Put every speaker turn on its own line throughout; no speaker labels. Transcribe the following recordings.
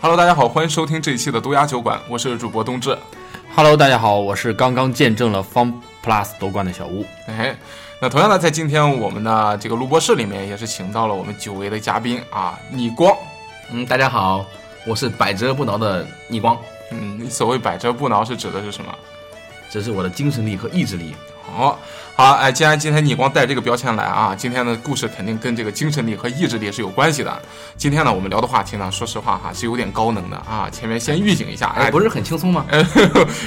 Hello，大家好，欢迎收听这一期的都鸭酒馆，我是主播冬至。
Hello，大家好，我是刚刚见证了 Fun Plus 夺冠的小屋。
哎，那同样呢，在今天我们的这个录播室里面，也是请到了我们久违的嘉宾啊，逆光。
嗯，大家好，我是百折不挠的逆光，
嗯，你所谓百折不挠是指的是什么？
这是我的精神力和意志力。
哦，好了，哎，既然今天你光带这个标签来啊，今天的故事肯定跟这个精神力和意志力是有关系的。今天呢，我们聊的话题呢，说实话哈，是有点高能的啊。前面先预警一下，哎，
哎，不是很轻松吗？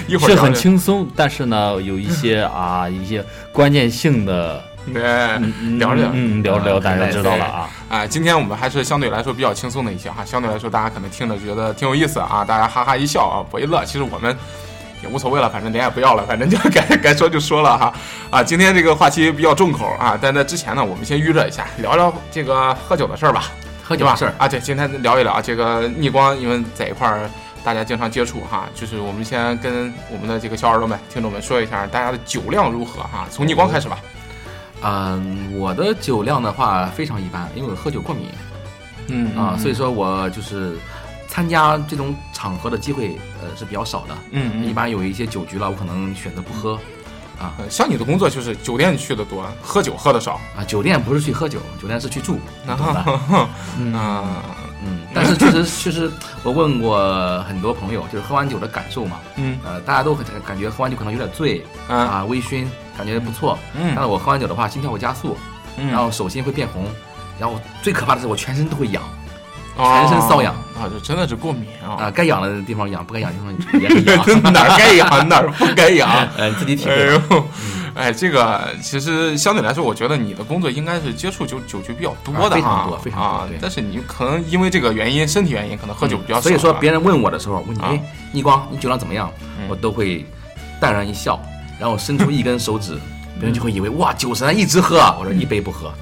一会儿
是
聊
很
这，
轻松，但是呢，有一 些啊，一些关键性的
哎，聊着聊着
嗯，聊着聊，
啊
大家就知道
对
了啊。
哎，今天我们还是相对来说比较轻松的一些哈，相对来说大家可能听着觉得挺有意思啊，大家哈哈一笑啊，不一乐。其实我们也无所谓了，反正脸也不要了，反正就 该该说就说了哈。啊，今天这个话题比较重口啊，但在之前呢，我们先预热一下，聊聊这个喝酒的事儿吧，
喝
对
酒
吧？
的事儿，
啊，对，今天聊一聊这个逆光，因为在一块儿。大家经常接触哈，就是我们先跟我们的这个小耳朵们、听众们说一下大家的酒量如何哈，从逆光开始吧。
嗯，我的酒量的话非常一般，因为我喝酒过敏
嗯
啊，所以说我就是参加这种场合的机会呃是比较少的。
嗯嗯，
一般有一些酒局了，我可能选择不喝
呃，像你的工作就是酒店去的多，喝酒喝的少。
啊。酒店不是去喝酒，酒店是去住，你
嗯
懂的。
哦啊，
嗯，但是确实确实，我问过很多朋友，就是喝完酒的感受嘛。
嗯
呃，大家都很感觉喝完酒可能有点醉
啊，
啊，微醺，感觉不错。但
嗯
是我喝完酒的话，心跳会加速，
嗯
然后手心会变红，然后最可怕的是我全身都会痒
哦
全身瘙痒
啊，这真的是过敏
啊、
啊，
该痒的地方痒，不该痒的地方也会 痒。
哪儿该痒哪儿不该 痒。
呃，自己体
哎
会。
呦，哎，这个其实相对来说，我觉得你的工作应该是接触酒酒局比较多的
啊非常
哈
多非常多
啊
对。嗯
但是你可能因为这个原因，身体原因，可能喝酒比较少啊。
所以说，别人问我的时候，问你，
啊
哎，逆光，你酒量怎么样
嗯？
我都会淡然一笑，然后伸出一根手指，别人就会以为哇，酒神一直喝啊。我说一杯不 喝，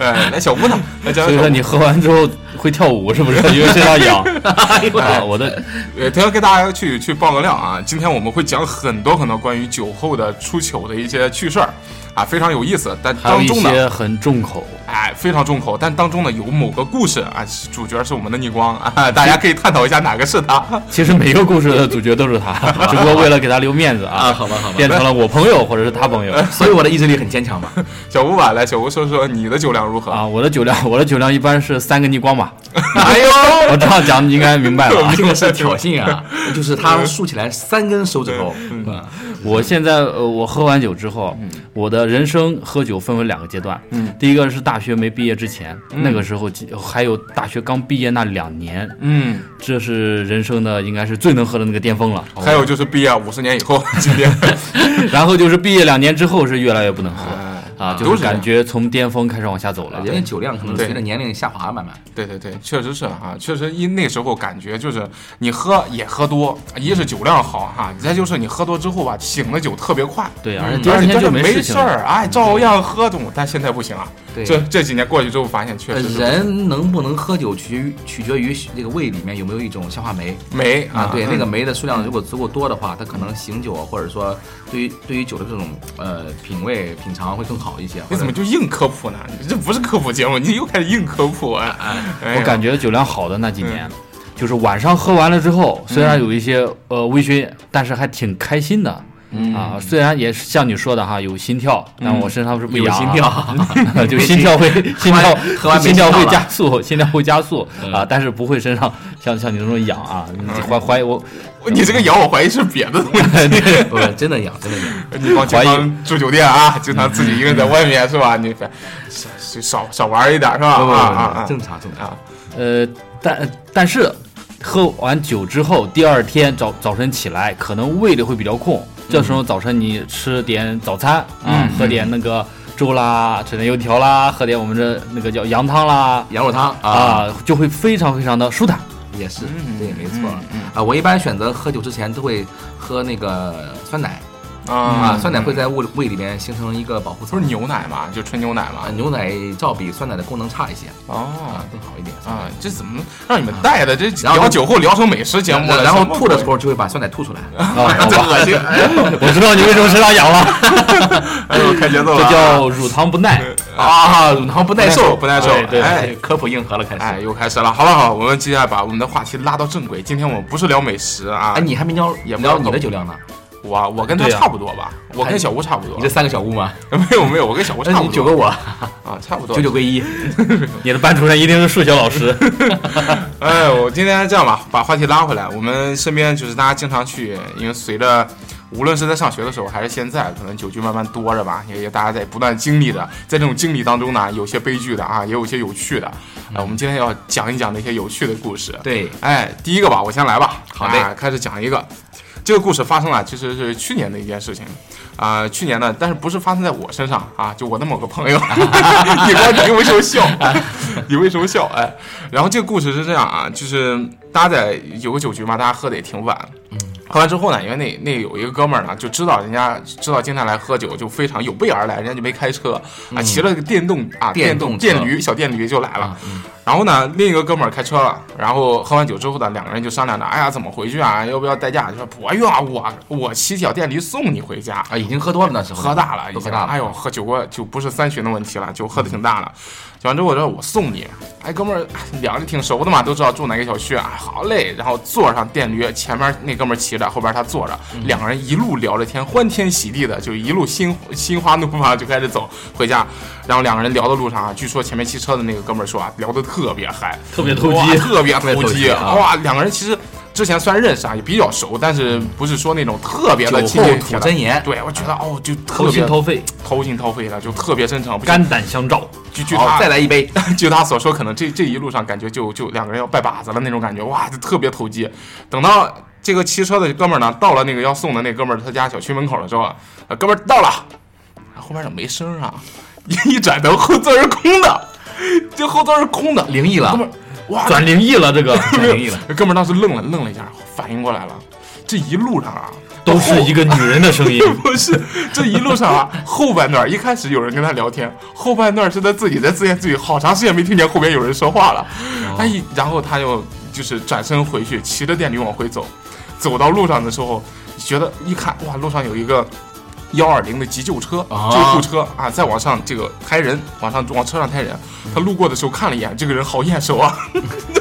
哎，来小姑呢，来讲
所
讲
以
小
说
姑
你喝完之后会跳舞是不是？ 因为身上 痒啊，我的
呃，都要跟大家去去爆个料啊！今天我们会讲很多很多关于酒后的出糗的一些趣事儿，啊，非常有意思。但
还有
当
一
中呢，
些很重口，
哎，非常重口，但当中呢有某个故事啊，是主角是我们的逆光啊，大家可以探讨一下哪个是他。
其实每个故事的主角都是他，只不过为了给他留面子啊，
好吧，好
变成了我朋友或者是他朋友。
哎
所以我的意志力很 坚强嘛。
小吴吧，来，小吴说说你的酒量如何？
啊，我的酒量，我的酒量一般是三个逆光吧。
哎呦，
我这样讲你应该明白 了啊。
这个是挑衅啊，就是他竖起来三根手指头，嗯
我现在呃，我喝完酒之后，我的人生喝酒分为两个阶段。
嗯，
第一个是大学没毕业之前，那个时候几还有大学刚毕业那两年，
嗯，
这是人生的应该是最能喝的那个巅 峰了。
还有就是毕业五十年以后，今 天，
然后就是毕业两年之后是越来越不能喝
哎
啊，
都
就是是
这样哎
感觉从巅峰开始往下走了。
人的啊酒量可能
对
随着年龄下滑慢慢。
对对对，确实是啊，确实因那时候感觉就是你喝也喝多，一是酒量好哈、再就是你喝多之后吧，醒的酒特别快，
对，而且
嗯
第二天
而且
就
没
事情
事
了。嗯
儿，哎，照样喝懂。但现在不行啊，
对
这这几年过去之后，发现确
呃
实
哎
是
人能不能喝酒取决于取决于这个胃里面有没有一种消化酶
没
啊，对，那个
嗯
酶的数量如果足够多的话，它可能醒酒或者说对于对于酒的这种呃品味品尝会更好一些。
你怎么
或
就
者
硬科普呢？你这不是科普节目，你又开始硬科普啊！哎呀
我感觉酒量好的那几
嗯
年，就是晚上喝完了之后，虽然有一些呃微醺，但是还挺开心的。
嗯
啊，虽然也是像你说的哈，有心跳，但我身上是不
有
痒
心
啊、，
跳
就心跳会心跳
喝完没
心跳
心跳
会
了
加速， 心跳会加速
嗯
啊，但是不会身上像像你那种痒啊，怀怀疑我
你这个羊，我怀疑是别的 东西。
不是真的痒，真 的痒。
你光经
怀疑
常住酒店啊，经常自己一个人在外面是吧？你少少少玩一点是吧？
不不不
啊啊
不，
啊！
正常正常。
呃，但但是喝完酒之后，第二天早早晨起来，可能胃里会比较空。这时候早晨你吃点早餐啊，喝点那个粥啦，吃点油条啦，喝点我们这那个叫羊汤啦
羊肉汤啊，
啊，就会非常非常的 舒坦。
也是
嗯，
对，没错
嗯嗯
啊。我一般选择喝酒之前都会喝那个酸奶
啊
啊，酸奶会在胃胃里面形成一个保护
不
层
是。牛奶嘛，就纯牛奶嘛
啊，。牛奶照比酸奶的功能差一些
哦
啊，更好一点。
啊，这怎么让你们带的？这
然后
聊酒后聊成美食节目了，
然后
什么
吐的哎
鬼
时候就会把酸奶吐出来。
啊，好
真
吧，
恶心！
我知道你为什么身上痒了，
哎呦，开节奏
这
了啊！
叫乳糖不耐。
啊，乳糖不耐受，
不耐受
对对，
哎
对科普硬核了，开
哎，
始。
又开始了。好了好了，我们接下来把我们的话题拉到正轨。今天我们不是聊美食啊，
哎，你还没聊
也不知道
聊你的酒量呢？
我啊我跟他
对啊
差不多吧，我跟小吴差不多
你这。三个小屋吗？
没有没有，我跟小吴
那
差
你
不
九
多
个我，
啊，差不多
九。九归一。
你的班主任一定是数学老 师，
哎，我今天这样吧，把话题拉回来。我们身边就是大家经常去，因为随着无论是在上学的时候，还是现在，可能酒局慢慢多着吧，也也大家在不断经历着。在这种经历当中呢，有些悲剧的啊，也有些有趣的。哎，我们今天要讲一讲那些有趣的故事。
对，
哎，第一个吧，我先来吧。
好嘞
啊开始讲一个。这个故事发生了，其实是去年的一件事情，啊、去年呢，但是不是发生在我身上啊，就我的某个 朋友，你光你为什么笑？ 你为什么笑？哎，然后这个故事是这样啊，就是大家在有个酒局嘛，大家喝的也挺晚，喝完之后呢，因为那那有一个哥们儿呢，就知道人家知道今天来喝酒，就非常有备而来，人家就没开车啊，骑了个电动啊
嗯电
动
动
电
车
驴小电驴就来了，
啊嗯
然后呢，另一个哥们儿开车了，然后喝完酒之后呢，两个人就商量着，哎呀，怎么回去啊？要不要代驾？就说不用啊，我我骑小电驴送你回家。
啊，已经喝多了那时候，
喝大了，已
都
经
喝大了。
哎呦，喝酒过就不是三巡的问题了，酒喝的挺大了。酒完之后我说我送你，哎，哥们儿，两个人挺熟的嘛，都知道住哪个小区啊。哎好嘞，然后坐上电驴，前面那哥们儿骑着，后边他坐着，
嗯
两个人一路聊着天，欢天喜地的，就一路心心花怒放就开始走回家。然后两个人聊的路上啊，据说前面骑车的那个哥们儿说啊，聊得特别嗨，
特别投机
哇特别
特别
投
投
机
机啊
哇！两个人其实之前虽然认识啊，也比较熟，但是不是说那种特别的
酒
亲
后
近
吐
铁的
真言
对，我觉得哦，就特
啊
掏
别
心掏肺，
掏心掏肺的，就特别真诚。不
肝
行，
胆相照。
据据
好，
他
再来一杯。
据他所说，可能这这一路上感觉就就两个人要拜把子了那种感觉，哇，就特别投机。等到这个骑车的哥们儿呢，到了那个要送的那哥们儿他家小区门口了之后啊，呃哥们儿到了，后边儿怎么没声儿啊？一一转头，后座是空的，这后座是空的，啊
灵异了
哥，们儿，哇，
转灵异了，这个
灵异了。
哥们儿当时愣了愣了一下，反应过来了，这一路上啊，
都是一个女人的声音，
不是这一路上啊，后半段一开始有人跟他聊天，后半段是他自己在自言自语，好长时间没听见后边有人说话了，
哦
哎，然后他就就是转身回去，骑着电驴往回走，走到路上的时候，觉得一看哇，路上有一个。幺二零的急救车，
啊
救护车啊，再往上这个抬人，往上往车上抬人。他路过的时候看了一眼，这个人好眼熟啊，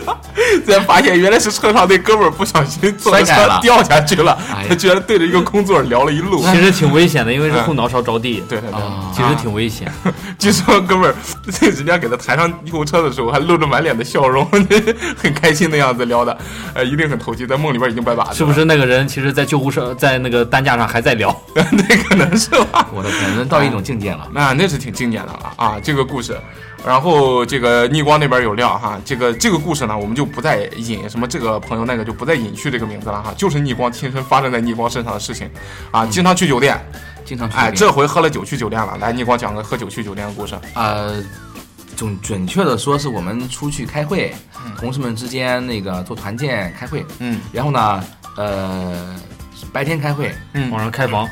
才发现原来是车上那哥们儿不小心坐
摔
着
下
车
来了
掉下去了，
哎呀
他居然对着一个工作人聊了一路。
其实挺危险的，因为是后脑勺着地。
嗯对对对，
啊
其实挺危险，
据说哥们儿， 人家给他抬上救护车的时候，还露着满脸的笑容， 很开心的样子聊的，呃，一定很投机，在梦里边已经拜把子，
是不？是那个人其实，在救护车在那个担架上还在聊，
那可能是吧。
我的天，人到一种境界了。
那那是挺经典的了啊，这个故事。然后这个逆光那边有料哈，这个这个故事呢，我们就不再引什么这个朋友那个就不再隐去这个名字了哈，就是逆光亲身发生在逆光身上的事情啊，经常去酒店，
经常去
哎，
酒店
这回喝了酒去酒店了，来逆光讲个喝酒去酒店的故事，
呃，准准确的说是我们出去开会，同事们之间那个做团建开会，
嗯
然后呢，呃，白天开会，
嗯
往，上开房，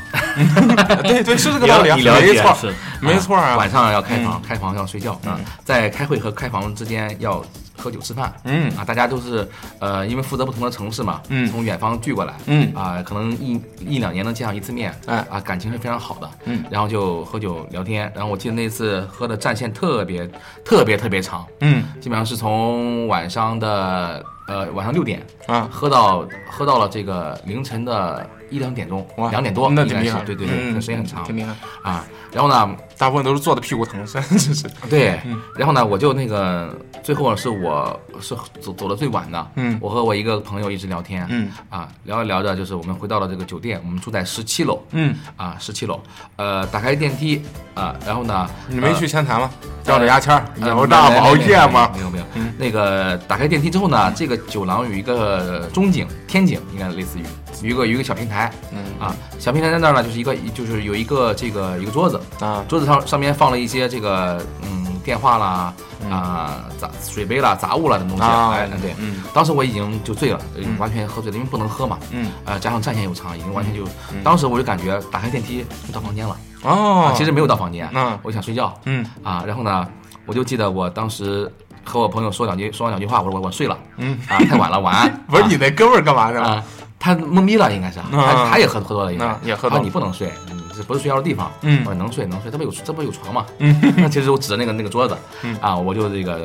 对对是这个
你
道
了
理啊，
你了
没
解
错
是
没错啊，
晚上要开房，
嗯
开房要睡觉啊、
嗯
在开会和开房之间要喝酒吃饭。
嗯
啊，大家都是呃，因为负责不同的城市嘛，
嗯
从远方聚过来，
嗯
啊、可能一一两年能见上一次面，
哎
啊，感情是非常好的，
嗯
然后就喝酒聊天，然后我记得那次喝的战线特别特别特别长，
嗯
基本上是从晚上的呃晚上六点
啊，
喝到喝到了这个凌晨的一两点钟
哇，
两点多
那
应
挺
该
厉
是
害，
对对
嗯
对，时间很长
挺厉害。
啊。然后呢，
大部分都是坐的屁股疼，真是，
对，
嗯
然后呢，我就那个最后是我是走走的最晚的，
嗯
我和我一个朋友一直聊天，
嗯
啊，聊着聊着就是我们回到了这个酒店，我们住在十七楼。
嗯，
啊，十七楼，呃，打开电梯，啊，然后呢，
你没
呃
去前台吗？绕着牙签儿，
呃
有大宝剑吗？嗯
没有没有，没有那个打开电梯之后呢，这个酒廊有一个中景、天井，应该类似于有一个有一个小平台
嗯
啊，小平台在那儿呢，就是一个就是有一个这个一个桌子，
啊，
桌子上上面放了一些这个嗯电话啦啊杂水杯啦杂物啦这种东西，
嗯啊
哎对，
嗯
当时我已经就醉了，呃
嗯
完全喝醉了，因为不能喝嘛，
嗯，
呃加上战线又长，已经完全就
嗯，
当时我就感觉打开电梯就到房间了，
哦
啊，其实没有到房间
嗯，
我想睡觉，
嗯
啊，然后呢，我就记得我当时和我朋友说两句，说完两句话，我说我我睡了，
嗯，。
啊，太晚了，晚安
不是你那哥们儿干嘛去
啊
了？
啊，他懵逼了，应该是，
啊
他他也喝喝多了，应该
啊也喝多了
他说你不能睡，你这就是不是睡觉的地方，
嗯
我说能睡能睡，这不有这不有床嘛，
嗯，
那其实我指着那个那个桌子，
嗯
啊，我就这个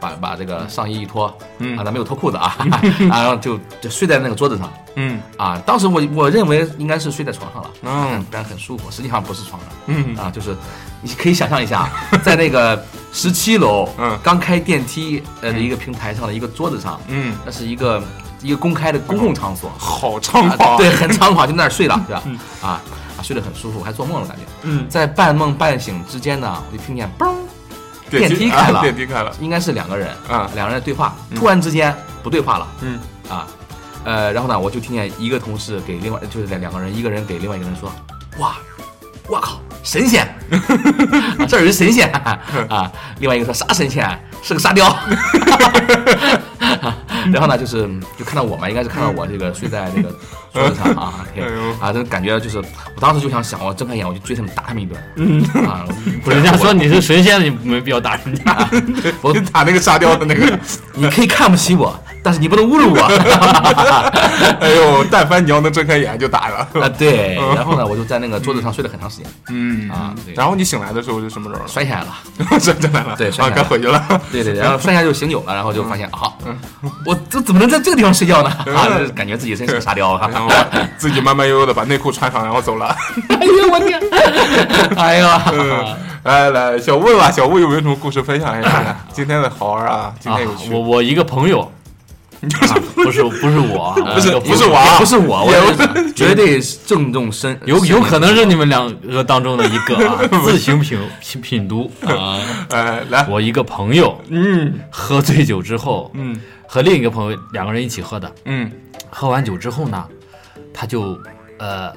把把这个上衣一脱，
嗯
啊，咱没有脱裤子 啊，然后就就睡在那个桌子上，
嗯
啊，当时我我认为应该是睡在床上了，
嗯
但很舒服，实际上不是床上，
嗯
啊，就是你可以想象一下，啊在那个十七楼，
嗯
刚开电梯呃的一个平台上的一个桌子上，
嗯，
那是一个一个公开的公共场所，
好猖
啊
狂，
对，，很猖狂，就在那儿睡了，对吧？啊啊，睡得很舒服，还做梦了感觉，
嗯，
在半梦半醒之间呢，我就听见嘣，
电
电梯开了
啊电梯开了，
应该是两个人，
啊
两个人在对话，突然之间不对话了，
嗯
啊，呃，然后呢，我就听见一个同事给另外就是两两个人，一个人给另外一个人说，哇，哇靠，神仙，啊这儿有一神仙
嗯
啊，另外一个说啥神仙，啊是个 沙雕。然后呢，就是就看到我嘛，应该是看到我这个睡在那个桌子上 啊，
嗯
对
哎呦
啊，这感觉就是，我当时就想想，我睁开眼我就追他们打他们一顿，
嗯
啊，
不是人家说你是神仙，你没必要打 人家。
我
就打那个沙雕的那个，
你可以看不起我，但是你不能侮辱我。
哎呦，但凡你要能睁开眼就打
啊，
了，
对，然后呢，我就在那个桌子上睡了很长时间，
嗯
啊对
然后你醒来的时候是什么时候
摔下来了。
了？真的来了，
对摔
啊，
下
该
来
回去了，
对对，对， 然后摔下就醒酒了，然后就发现啊，我这怎么能在这个地方睡觉呢？ 啊，就是感觉自己真是个沙雕啊！
然后自己慢慢悠悠的把内裤穿上，然后走了。
哎呦我天！哎
嗯
呀，，
来来，小魏吧，小魏有没有什么故事分享一下呢？今天的好玩啊，今
啊
天有，趣
我，我一个朋友，啊不是不是我 啊，
不是
我一个
不是
朋友
我啊
也不是我，我绝对郑重身，
有有可能是你们两个当中的一个 啊，自行品品品读啊。
哎，来，
我一个朋友
嗯
喝醉酒之后，
嗯
和另一个朋友两个人一起喝的，
嗯
喝完酒之后呢，他就呃，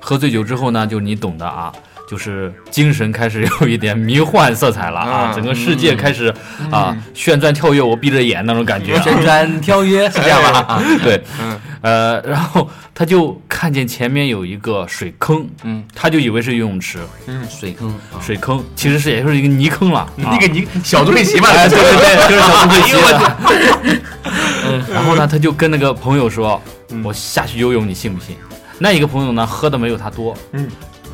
喝醉酒之后呢，就你懂的啊，就是精神开始有一点迷幻色彩了啊，
啊嗯
整个世界开始啊、旋转跳跃，我闭着眼那种感觉、啊。
旋转 跳跃是这样吧？
对，
嗯
呃，然后他就看见前面有一个水坑，
嗯，啊
他就以为是游泳池，
水坑，啊
水坑其实是也就是一个泥坑了。啊
那个你小猪佩 奇嘛？
哎，对对对，就是小猪佩
哎呦我
奇。 嗯，然后呢，他就跟那个朋友说：“
嗯
我下去游泳，你信不信？”那一个朋友呢，喝的没有他多，
嗯，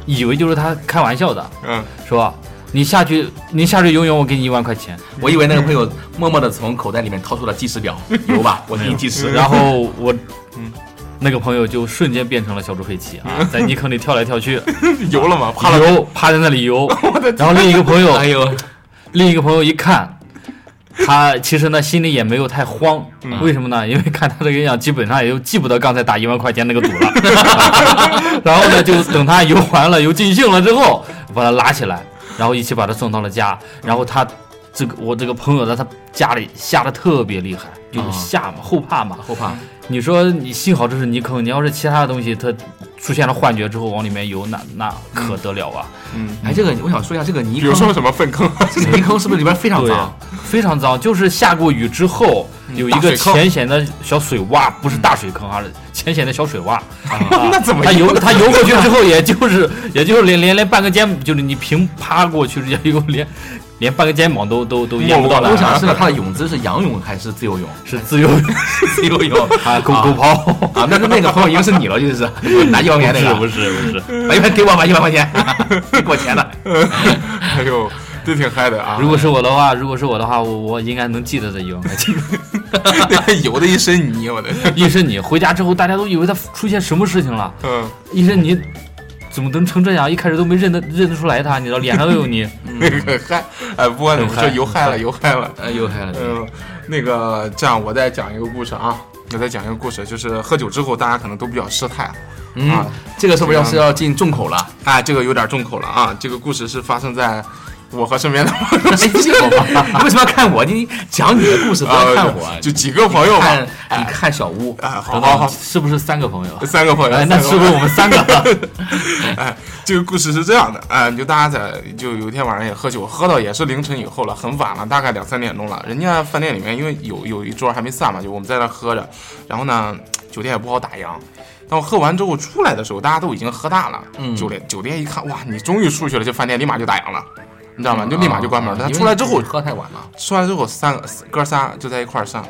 以为就是他开玩笑的，
嗯，
说：“你下去，你下去游泳，我给你一万块钱。
我以为那个朋友默默的从口袋里面掏出了计时表，有吧？我一计”时，
然后我
嗯，
那个朋友就瞬间变成了小猪佩奇啊，在泥坑里跳来跳去，
游了吗？怕了，
游趴在那里 游。然后另一个朋友，哎呦，另一个朋友一看，他其实呢心里也没有太慌，为什么呢？因为看他这个样，基本上也就记不得刚才打一万块钱那个赌 了。然后呢，就等他游完了，游尽兴了之后，把他拉起来，然后一起把他送到了家。然后他这个我这个朋友呢，他家里吓得特别厉害，就是吓嘛，后怕嘛。
后怕。
你说你幸好这是泥坑，你要是其他的东西，他出现了幻觉之后往里面游，那那可得了啊！
嗯，
哎，这个我想说一下，这个泥
比如
坑，
说什么粪坑，
这个泥坑是不是里边非常
嗯对啊
脏？，
非常脏，就是下过雨之后有一
大水
个
坑
浅显的小水洼，不是大水坑啊，浅显的小水洼。 啊
那怎么
他
游
游他游过去之后，也就是也就是连连连半个肩，就是你平趴过去，也有连连半个肩膀都都都淹不到
我
了
我
啊，
想知道他的泳姿是仰泳还是自由泳？
是自由
自由 泳
啊， 狗狗刨。
啊，那那那个朋友一定是你了， 就是拿一万块钱那
不
个，
是不是不是，
把一万给我吧，一万块 钱，给我钱了。
哎呦，这挺嗨的啊！
如果是我的话，如果是我的话，我我应该能记得这一万块钱。
游的一身泥，我的，
一身你回家之后，大家都以为他出现什么事情了。
嗯，
医生，你怎么能成这样？一开始都没认得认得出来他，你知道脸上都有 泥。
那个嗨，哎，不管怎么说，
很嗨
游嗨了，游嗨了。
哎呦嗨了，
嗯，那个这样，我再讲一个故事啊，我再讲一个故事，就是喝酒之后，大家可能都比较失态，啊
嗯，这个是不是要是要进重口 了？
哎，这个有点重口了啊。这个故事是发生在我和身边的朋友
哎进口吧？ 你为什么要看我？你讲你的故事，不要看 我。
啊就几个朋友吧，
看你啊看啊小屋，
哎，好好好，
是不是三个朋友？
三个朋友，
哎，那
三个
是
朋
不
友
是我们三 个？
哎，这个故事是这样的，哎，就大家在就有一天晚上也喝酒，喝到也是凌晨以后了，很晚了，大概两三点钟了。人家饭店里面因为有有一桌还没散嘛，就我们在那喝着，然后呢，酒店也不好打烊。当我喝完之后出来的时候，大家都已经喝大了。
嗯
酒店酒店一看，哇，你终于出去了，这饭店立马就打烊了，你知道吗？就立马就关门了。
嗯啊
他出来之后，
喝太晚了，
出来之后三个哥仨就在一块儿上，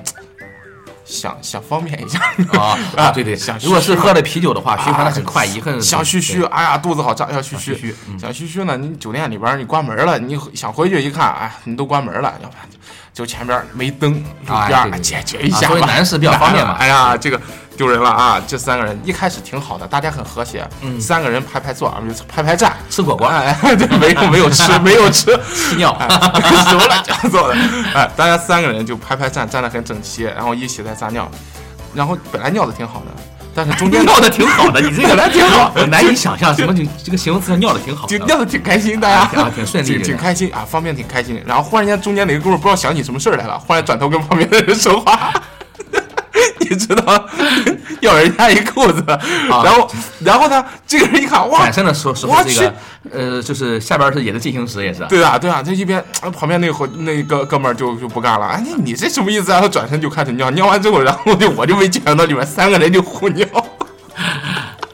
想想方便一下，
啊
啊
对对
想，
如果
嘘
是喝了啤酒的话，循环的很快，
啊
一恨
想嘘嘘，哎呀，肚子好胀，要嘘
想嘘
嘘
嘘嗯，
想嘘嘘呢。你酒店里边你关门了，你想回去一看，哎，你都关门了，要不然就前边没灯，路
哎
边
对
儿
对对
解决一
啊
下
所以
吧。
男士比较方便嘛
哎呀，这个丢人了啊！这三个人一开始挺好的，大家很和谐，
嗯
三个人排排坐，啊不是排排站，
吃火锅
哎， 对，没有没有吃，没有吃。
吃尿，
哎，什么乱七八糟的？哎，大家三个人就排排站，站得很整齐，然后一起在撒尿，然后本来尿的挺好的，但是中间
尿的挺好的，你这个
本来挺好
我难以想象什么你这个形容词尿的挺好
就
的，
尿的挺开心，大家
挺挺顺利
挺
的
挺开心啊，方便挺开心。然后忽然间中间哪个哥们儿不知道想起什么事儿来了，忽然转头跟旁边的人说话。 你知道， 要人家一裤子，
啊
然后，然后呢，这个人一看，哇
产，生的时候时
我
候这
去
个呃，就是下边是也是进行时也是，
对啊，对啊，这一边呃旁边那伙那个哥们儿就就不干了，哎，你你这什么意思啊？他转身就开始尿，尿完之后，然后就我就被卷到里面，三个人就互尿。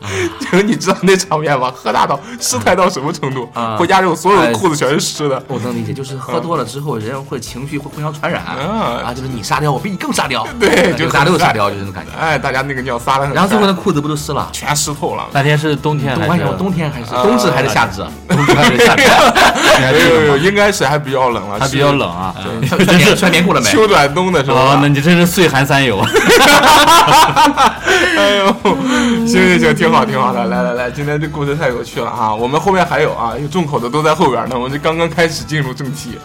就是你知道那场面吗？喝大到失态到什么程度？
啊
回家之后所
哎
有裤子全是湿的。
我能理解，就是喝多了之后，人会情绪会互相传染
嗯
啊，就是你沙雕，我比你更沙雕，
对
就
就
大家都
很
沙雕，就是那种感觉。
哎，大家那个尿撒的，
然后最后那裤子不都湿了？
全湿透了。
那天是冬天
冬
还
关
是
键我冬天还是
呃
冬至还是夏至？啊
冬天还是夏 天？
哎呦呦，应该是还比较冷了，
它比较冷啊。
是，
穿穿棉穿棉裤了
对
没？
秋暖冬的时候
哦，
啊
那。你 真是岁寒三友。
哎呦，行行行，挺好挺好的，来来来，今天这故事太有趣了啊！我们后面还有啊，有重口的都在后边呢，我们这刚刚开始进入正题，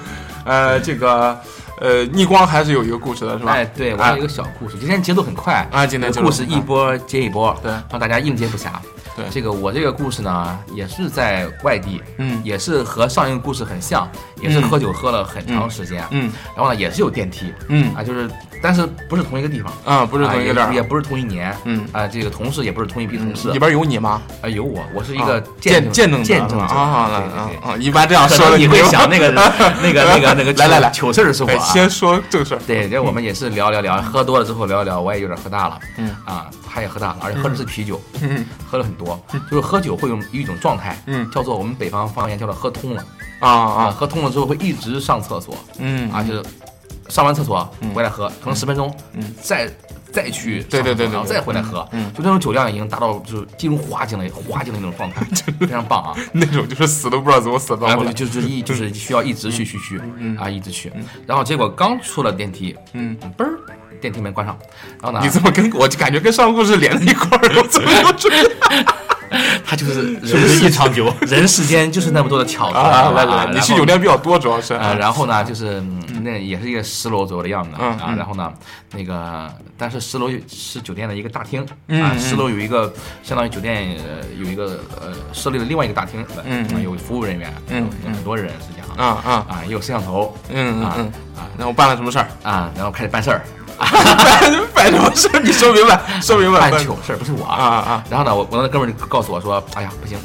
呃，这个呃，逆光还是有一个故事的是吧？
哎，对，我
啊
还有一个小故事，今天节奏很快
啊今天节奏
这个故
很
事
快
一波接一波，
对
让大家应接不暇。
对
这个我这个故事呢，也是在外地，
嗯
也是和上一个故事很像，也是
嗯
喝酒喝了很长时间，
嗯
然后呢也是有电梯，
嗯
啊，就是但是不是同一个地方，
啊，不
不
是同一个地
也
儿，
不是同一年，
嗯
啊，这个同事也不是同一批同事
里，边有你吗？
啊，有我，我是一个
啊见
见
证者
见证
啊
者
啊
对对
啊
对
啊！啊一般这样
可
说的
能你会
就
想那个那个那个那个
来来来
糗事儿是我
哎，
啊，
先说正事儿，
对，这我们也是聊聊聊，喝多了之后聊一聊，我也有点喝大了，
嗯
啊，他也喝大了，而且喝的是啤酒，
嗯
喝了很多，就是喝酒会有一种状态，
嗯
叫做我们北方方言叫做喝通了
啊啊
喝通了之后会一直上厕所，
嗯
啊，就是上完厕所回来喝，可能十分钟，
嗯
再再去上
对对对对
厕所然后
对
再回来喝，
嗯
就那种酒量已经达到就是进入花境了，花境的那种状 态，非常棒啊。
那种就是死都不知道怎么死到
然
后
后
来，
就啊就是一
嗯
就是需要一直去去去啊，一直去，然后结果刚出了电梯，
嗯，
嘣儿，电梯门关上，然后
你
呢，
怎么跟我就感觉跟上故事连在一块儿 了？怎么又这样？
他就是人
是不是一场酒？
人世间就是那么多的巧合
啊，
啊
来来来，你去酒。店比较多，主要是。
然后呃，然后呢，就是嗯那也是一个十楼左右的样子
嗯
啊。
嗯
然后呢，那个但是十楼有是酒店的一个大厅
嗯
啊，
嗯
十楼有一个相当于酒店呃有一个呃设立了另外一个大厅，
嗯
呃有服务人员，
嗯
有
嗯
很多人是这样
啊啊，
啊，也有摄像头，
嗯
啊
嗯
啊
嗯，那我办了什么事儿？
啊，然后开始办事儿，
办什么事儿？你说明白，说明白。
办糗事儿不是我
啊啊啊！
然后呢，我我那哥们儿就告诉我说，哎呀，不行，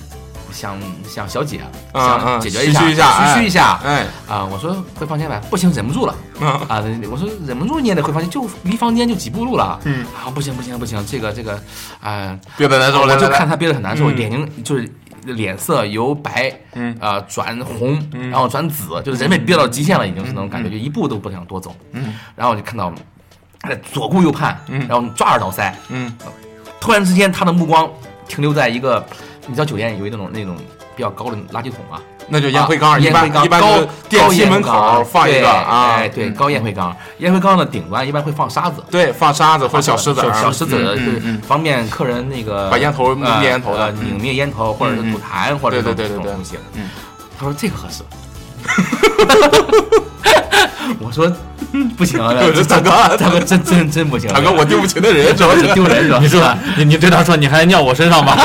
想想小姐，
啊
想
啊
解决一下，
嘘嘘一下哎
嘘嘘一下。
哎，
啊，我说回房间呗，不行，忍不住了。
啊
啊，我说忍不住你也得回房间，就离房间就几步路了。
嗯
啊，不行不行不行，这个这个，啊、
别的难受，
我
来
就
来来，
看他憋得很难受，
嗯
眼睛就是脸色由白，
嗯
啊、转红，
嗯
然后转紫，就是人被憋到极限了，已经是那种感觉，就一步都不想多走。
嗯
然后我就看到他在左顾右盼，
嗯
然后抓耳挠腮，
嗯
突然之间他的目光停留在一个，你知道酒店有一种那种比较高的垃圾桶啊，
那就烟灰缸，
啊
一
烟灰
般
缸，
一般
高
就是电
高
梯
烟
门口
缸
放一
对
个啊
哎，，对，
嗯
高烟灰缸，烟灰缸的顶端一般会放沙子。
对，放沙子或者小石子儿，
小石子儿，
嗯
就是
嗯
方便客人那个
把烟头
呃
拧灭烟头的
呃
嗯
拧灭烟头，或者是吐痰，或者是
对
这
对对
种
对对
东西。
嗯
他说这 个合适。我说 嗯不行啊，
就是大哥
大哥真真真不行，
嗯大哥，我对不起那人，主要 是
这丢人是吧？
你说，你你对他说你还尿我身上吧？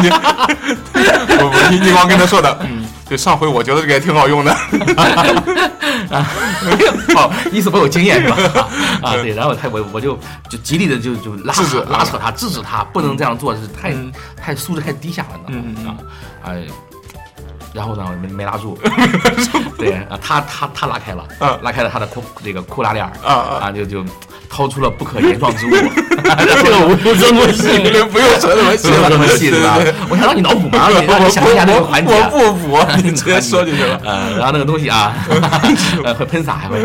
你，我我你你光跟他说的，嗯，对，上回我觉得这个也挺好用的，
好，意思我有经验是 吧？啊，对，然后他我我就就极力的就就拉
制止
拉扯他，制止他，不能这样做，就是太
嗯
太素质太低下了，你知道吗？啊，哎，然后呢，我没没拉 住，对，啊他他他拉开了
嗯，
拉开了他的裤这个裤拉链儿
啊啊
啊，就就掏出了不可言状之物，
这个 我不真不
你
信。
们不用说那么细
这么
了，
这么细是吧
对对对？
我想让你脑补嘛，让你让
我
你想一下那个
我
环节。
我不服，你直接说就行了。
呃，然后那个东西 啊， 呃，会喷洒还会。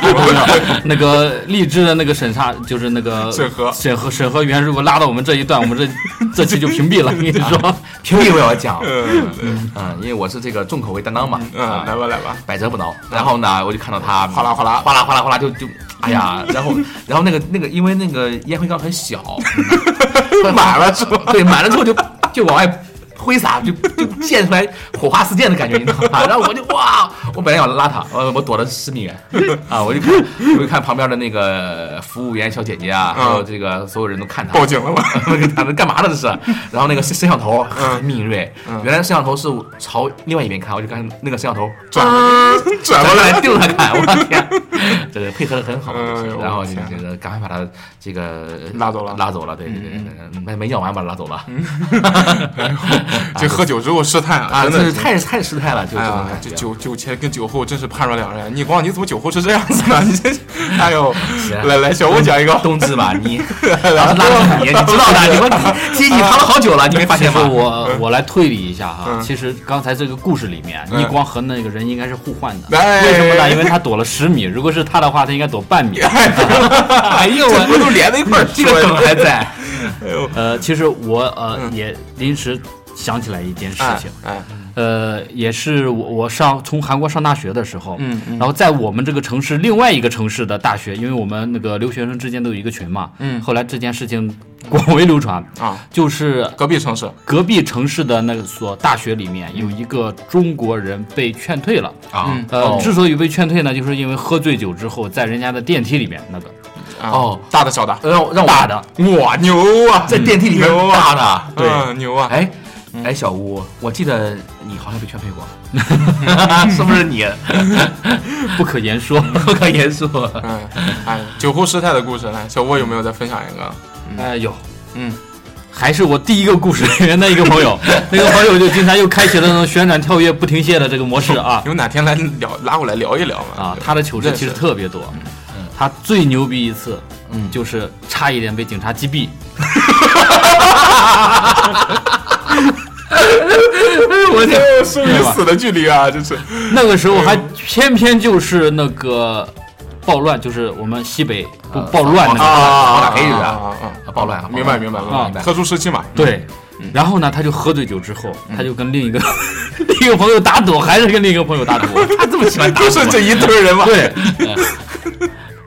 那个励志的那个审查就是那个
审核
审核审核员，如果拉到我们这一段，我们这这期就屏蔽了。跟你说，
屏蔽我要讲，
嗯嗯
嗯，因为我是这个重口味担当嘛，
嗯，来
啊，
吧来吧，
百折不挠。然后呢，我就看到他
哗啦哗啦
哗啦哗啦哗啦就就，哎 呀，然后然后那个那个，因为那个烟灰缸很小，
满了是吧？
对，满了之后就就往外挥洒，就就溅出来火花四溅的感觉，你知道 吗？然后我就哇，我本来要拉他，我我躲了十米远啊，我就看我就看旁边的那个服务员小姐姐啊，还有这个所有人都看他
嗯报。警了吗？
他们干嘛呢？这是，然后那个摄摄像头很敏锐，
嗯
原来摄像头是朝另外一边看，我就看那个摄像头
转了转
转
过
过
来
来，盯着他看，我 的天，这个配合的很好，
哎呦
就是然后就
我的天
觉得赶快把他这个
拉走了嗯
拉走了，对对对，对没没咬完把他拉走了，
这喝酒之后试探啊，
啊，
真
真是
的。
太太失态了，就
哎
这
呀
种，感
这
觉。
酒酒前跟酒后真是判若两人。你光你怎么酒后是这样子呢？你这，哎呦，来来，小吴讲一个，
冬至吧， 你然后拉着你，你知道的，你们其实你藏了好久了，你没发
其
现
实
吗？
我我来推理一下哈
嗯，
其实刚才这个故事里面，
嗯
逆光和那个人应该是互换的，
哎
为什么呢？因为他躲了十米，如果是他的话，他应该躲 半米。
哎呦
这不是都连在一块儿
这
说
个梗
的？
还在，
哎呦，
呃，其实我呃
嗯
也临时想起来一件事
哎
情，
哎，
呃，也是我我上从韩国上大学的时候，
嗯嗯
然后在我们这个城市另外一个城市的大学，因为我们那个留学生之间都有一个群嘛，
嗯
后来这件事情广为流传，
啊，
就是
隔壁城市
隔壁城市的那所大学里面有一个中国人被劝退了，
啊
嗯，
呃，之所以被劝退呢，就是因为喝醉酒之后在人家的电梯里面那个
啊
哦，
大的小的，
让我让我
大的，
哇，牛啊！
在电梯里面
牛啊，
大的，对，
嗯，牛啊！
哎。哎，小吴，我记得你好像被劝退过，是不是你？
不可言说。
不可言说。
嗯，哎，酒后失态的故事，来，小郭有没有再分享一个？
哎呦，
嗯，
还是我第一个故事里面的一个朋 友，那个朋友就经常又开启了那种旋转跳跃不停歇的这个模式啊
你们哪天来聊拉过来聊一聊嘛？
啊，
对
他的糗事
认识
其实特别多
嗯，
他最牛逼一次
嗯，
就是差一点被警察击 毙，
我这哎生与死的距离啊，就是
那个时候还
嗯
偏偏就是那个暴乱，就是我们西北不暴乱那
啊
个
打黑日啊
啊
暴乱啊
明白明白明
啊
白，特殊时期嘛，
对。
嗯
嗯然后呢，他就喝醉酒之后，他就跟另一个 另一个朋友打赌，还是跟另一个朋友打赌，
他这么喜欢打
就
我，
是这一堆人嘛，
对，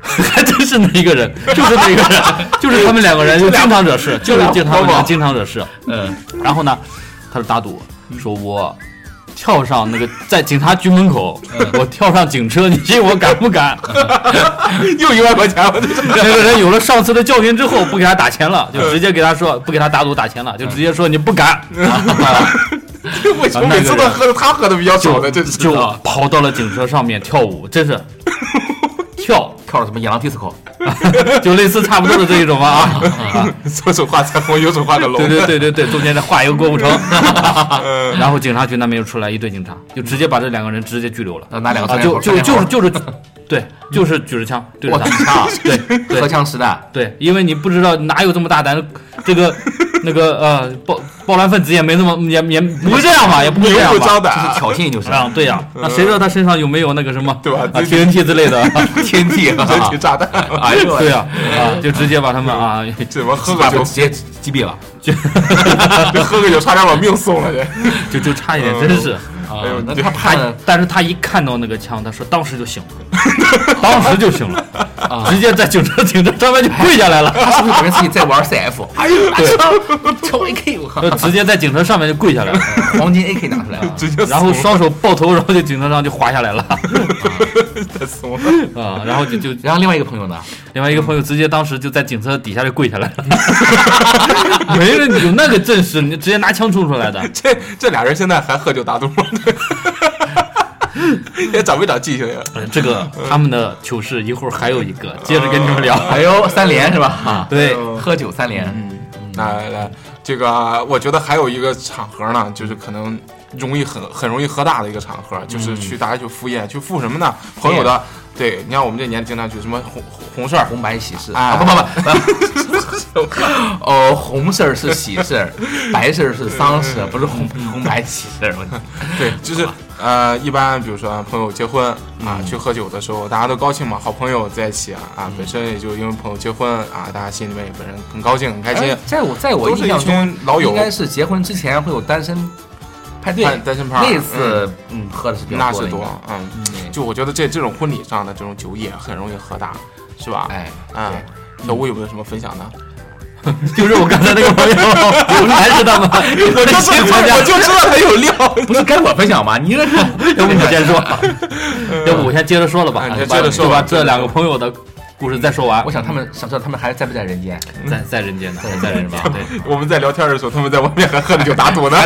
还真是那一个人，就是那一个人，就是他们两个人就经常惹事，就是经常他们俩经常惹事。
嗯，
然后呢，他就打赌说我。跳上那个，在警察局门口，我跳上警车，你信我敢不敢？
又一万块钱，我这
那个人有了上次的教训之后，不给他打钱了，就直接给他说不给他打赌打钱了，就直接说你不敢，
为什么每次都喝的他喝的比较少
就
的，这是
就跑到了警车上面跳舞，真是跳，
跳了什么野狼 disco，
就类似差不多的这一种吧啊。
左手画彩虹，右手画个龙，
对对对对对，中间再画一个过不 成，
嗯，
然后警察局那边又出来一队警察，就直接把这两个人直接拘留了，
呃拿两个
啊，
穿
就就
穿
就是就
口
是，对，就是举 着枪对着
我举
他
枪，
对
荷
对
枪实弹，
对，因为你不知道哪有这么大胆，这个那个呃暴暴乱分子也没那么也也不会这 样吧，也不会
明
这样
目
吧
张。
这是
胆，
挑衅就是
啊，对呀、那谁知道他身上有没有那个什么，
嗯对吧
啊，TNT 之类 的，
天地啊，
人体炸弹，
哎呦，
对呀、啊，就直接把他们啊，
怎么喝
把
个酒
我直接击毙了，
这喝个酒差点把命送了，这
就就差一点，真是。
啊
哎呦，
那
对
他判
他
了，
但是他一看到那个枪，他说当时就醒了， 当时就醒
啊
了，直接在警车警车上面就跪下来了，
他是不是感觉自己在玩 CF？哎呦，拿枪抽 AK，我靠，
就直接在警车上面就跪下 来了，
黄金 AK 拿出来了，
直接
然后双手抱头，然后就警车上就滑下来了
太怂了，
啊，然后就就
然后另外一个朋友呢，
另外一个朋友直接当时就在警车底下就跪下来 了，没人有那个阵势，你直接拿枪冲出来的，
这这俩人现在还喝酒打赌吗？也长没长记性呀？
呃这个他们的糗事一会儿还有一个，接着跟你们聊，
哎呦，三连是吧？啊，
对，
喝酒三连，
嗯，来来，这个我觉得还有一个场合呢，就是可能容易很很容易喝大的一个场
嗯
合，就是去大家去赴宴，去赴什么呢？朋友的，对，你像我们这年经常去什么红红红事儿，
红白喜事
哎
啊，不不不不，哦，红事儿是喜事儿，白事儿是丧事，不是红红白喜事儿。我
对，就是呃，一般比如说朋友结婚
嗯
啊，去喝酒的时候，大家都高兴嘛，好朋友在一起啊啊，本身也就因为朋友结婚啊，大家心里面也本身很高兴很开心
哎，在我在我
都是
印
一
象中
群，老友哎
应，该是结婚之前会有单身派对，
单单身趴
那次嗯喝的是比较
那
多
是
的，应
多
该，
嗯，
嗯
就我觉得这这种婚礼上的这种酒也很容易喝大，是吧？
哎，
嗯，小吴有没有什么分享呢？
就是我刚才那个 朋友，我们还是他们，我这
我
情况下，
就知道他有料。
不是该我分享吗？你这
要不你先说， 要不我先接着说了吧，
嗯你先接着说
就
吧嗯
把这两个朋友的故事再说完
我。想他们想知道他们还在不在人间？
在在 人间呢，还在人间。对，
我们在聊天的时候，他们在外面还喝着酒打赌呢。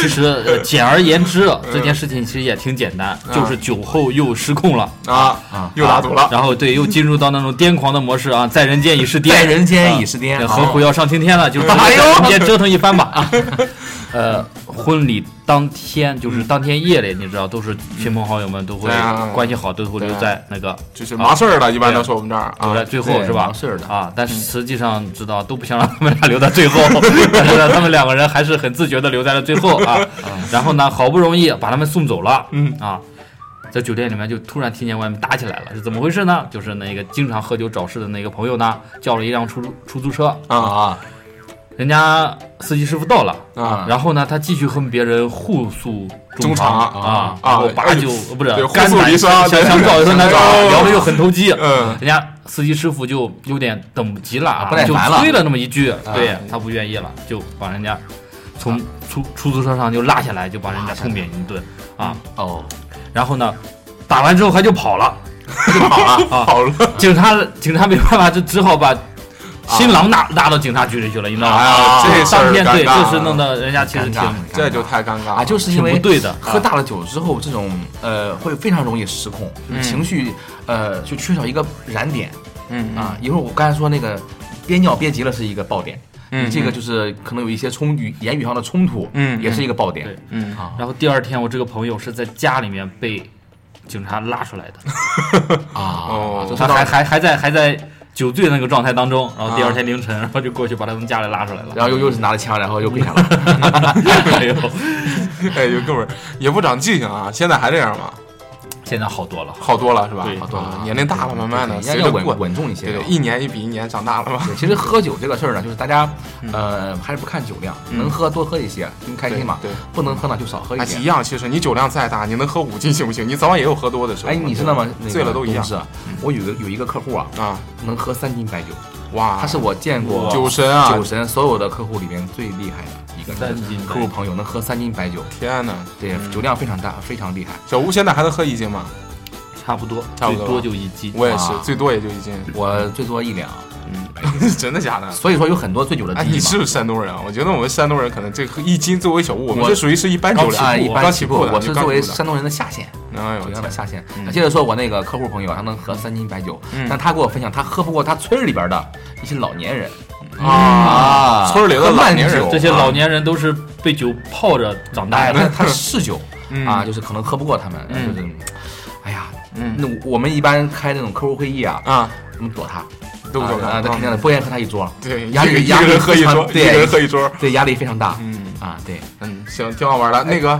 其实呃简而言之，这件事情其实也挺简单，就是酒后又失控了。
啊，又打赌了。
然后对，又进入到那种癫狂的模式啊，在人间已是癫，
在人间已是癫
啊何苦要上青天了？就是
哎呦
在人间折腾一番吧。啊呃，婚礼当天就是当天夜里，你知道，都是亲朋好友们都会
对啊
关系好，都会留
对啊
在那个
就是麻事儿了，一般都说我们这儿
留
啊
在，最后
对
是吧
忙？事儿的
啊，
嗯
但是实际上知道都不想让他们俩留在最 后，但是呢，他们两个人还是很自觉的留在了最后啊。然后呢，好不容易把他们送走了，
嗯
啊，在酒店里面就突然听见外面打起来了，是怎么回事呢？就是那个经常喝酒找事的那个朋友呢，叫了一辆出租出租车，
啊
啊
人家司机师傅到了。
啊，
然后呢，他继续和别人互诉
衷
衷
肠
啊
啊，
然后
啊
拔
哎
酒不是
对互
干
诉
谈
离殇
想想
对
搞一段难搞
哎，呦
聊的又很投机，
嗯，
人家司机师傅就有点等不及了啊，
不耐
就
烦了
催了那么一句，对他不愿意了，就把人家从出出租车上就拉下来，就把人家痛扁一顿啊，
哦，
然后呢，打完之后他就跑了，
好了，好了，
警察警察没办法，就只好把。新郎拉拉到警察局里去了，你知道吗？
哎呀
就
这
是
事儿
当天
尴
对，
尬
就是弄得人家其实
尴
挺
尬，
这就太尴尬
啊，就是
挺
因
不
为
对的。
啊
喝大了酒之后，这种呃会非常容易失控，情绪呃就缺少一个燃点
嗯
啊。一会儿我刚才说那个憋尿憋急了是一个爆点，
嗯
你这个就是可能有一些冲语言语上的冲突，
嗯
也是一个爆
对
点。
嗯
啊
然后第二天，我这个朋友是在家里面被警察拉出来的，
哦
啊，这
他
说到
还还还在还在酒醉那个状态当中，然后第二
啊
天凌晨，然后就过去把他从家里拉出来了。
然后又又是拿着枪，然后又跪 下了。
哎呦，
哎，有哥们儿也不长记性啊，现在还这样吗？
现在好多了。
好多了是吧？
对
好
好
多
多
了
了，
啊年龄大了，慢慢的
啊对
随
要
着
稳
过，
稳重一些
对
啊
对，。一年一比一年长大了嘛。
对其实喝酒这个事儿呢，就是大家，呃，还是不看酒量，能喝多喝一些，因为开心嘛。
嗯对对，
不能喝呢就少喝一
啊，
些
一。样，其实你酒量再大，你能喝五斤行不行？你早晚也有喝多的时候。
哎，你知道吗？
醉了都一样
是，啊我有一个有一个客户啊，
啊！
能喝三斤白酒，
哇，
他是我见过
啊哇酒神啊
酒神所有的客户里面最厉害的一个
三斤白酒
客户朋友，能喝三斤白酒，
天哪！
对，酒量非常大，非常厉害。
小吴现在还能喝一斤吗？
差不多，
差不
最
多吧
多就一斤。
我也是
哇，
最多也就一斤。
我最多一两，
真的假的？
所以说有很多醉酒的
哎，
弟弟
你
嘛
是不是山东人啊？我觉得我们山东人可能这个一斤作为小吴，我们
我
这属于是一般酒量，
啊，一般
刚
起
起
步，
步的，
我
就是刚
作为
起步的
山东人的下线，
哎呦
酒
我
量
天
的，下线啊
嗯。
接着说，我那个客户朋友，他能喝三斤白酒
嗯，
但他给我分享，他喝不过他村儿里边的一些老年人
啊，
啊
村儿里的老年人啊
这些老年人都是被酒泡着长大
哎，
的
他。他嗜酒
嗯
啊，就是可能喝不过他们，
嗯
就是，哎呀，
嗯
那我们一般开那种客户会议啊，
啊，
我们躲他，
都不
啊
走
啊，
看
那肯定的，不愿意和他一桌，
对，
压
一个
力
一
压
个
力
人喝一
非常
桌，一
对
个人喝一桌，
对，压力非常大
嗯
啊，对。
嗯，行，挺好玩的。那个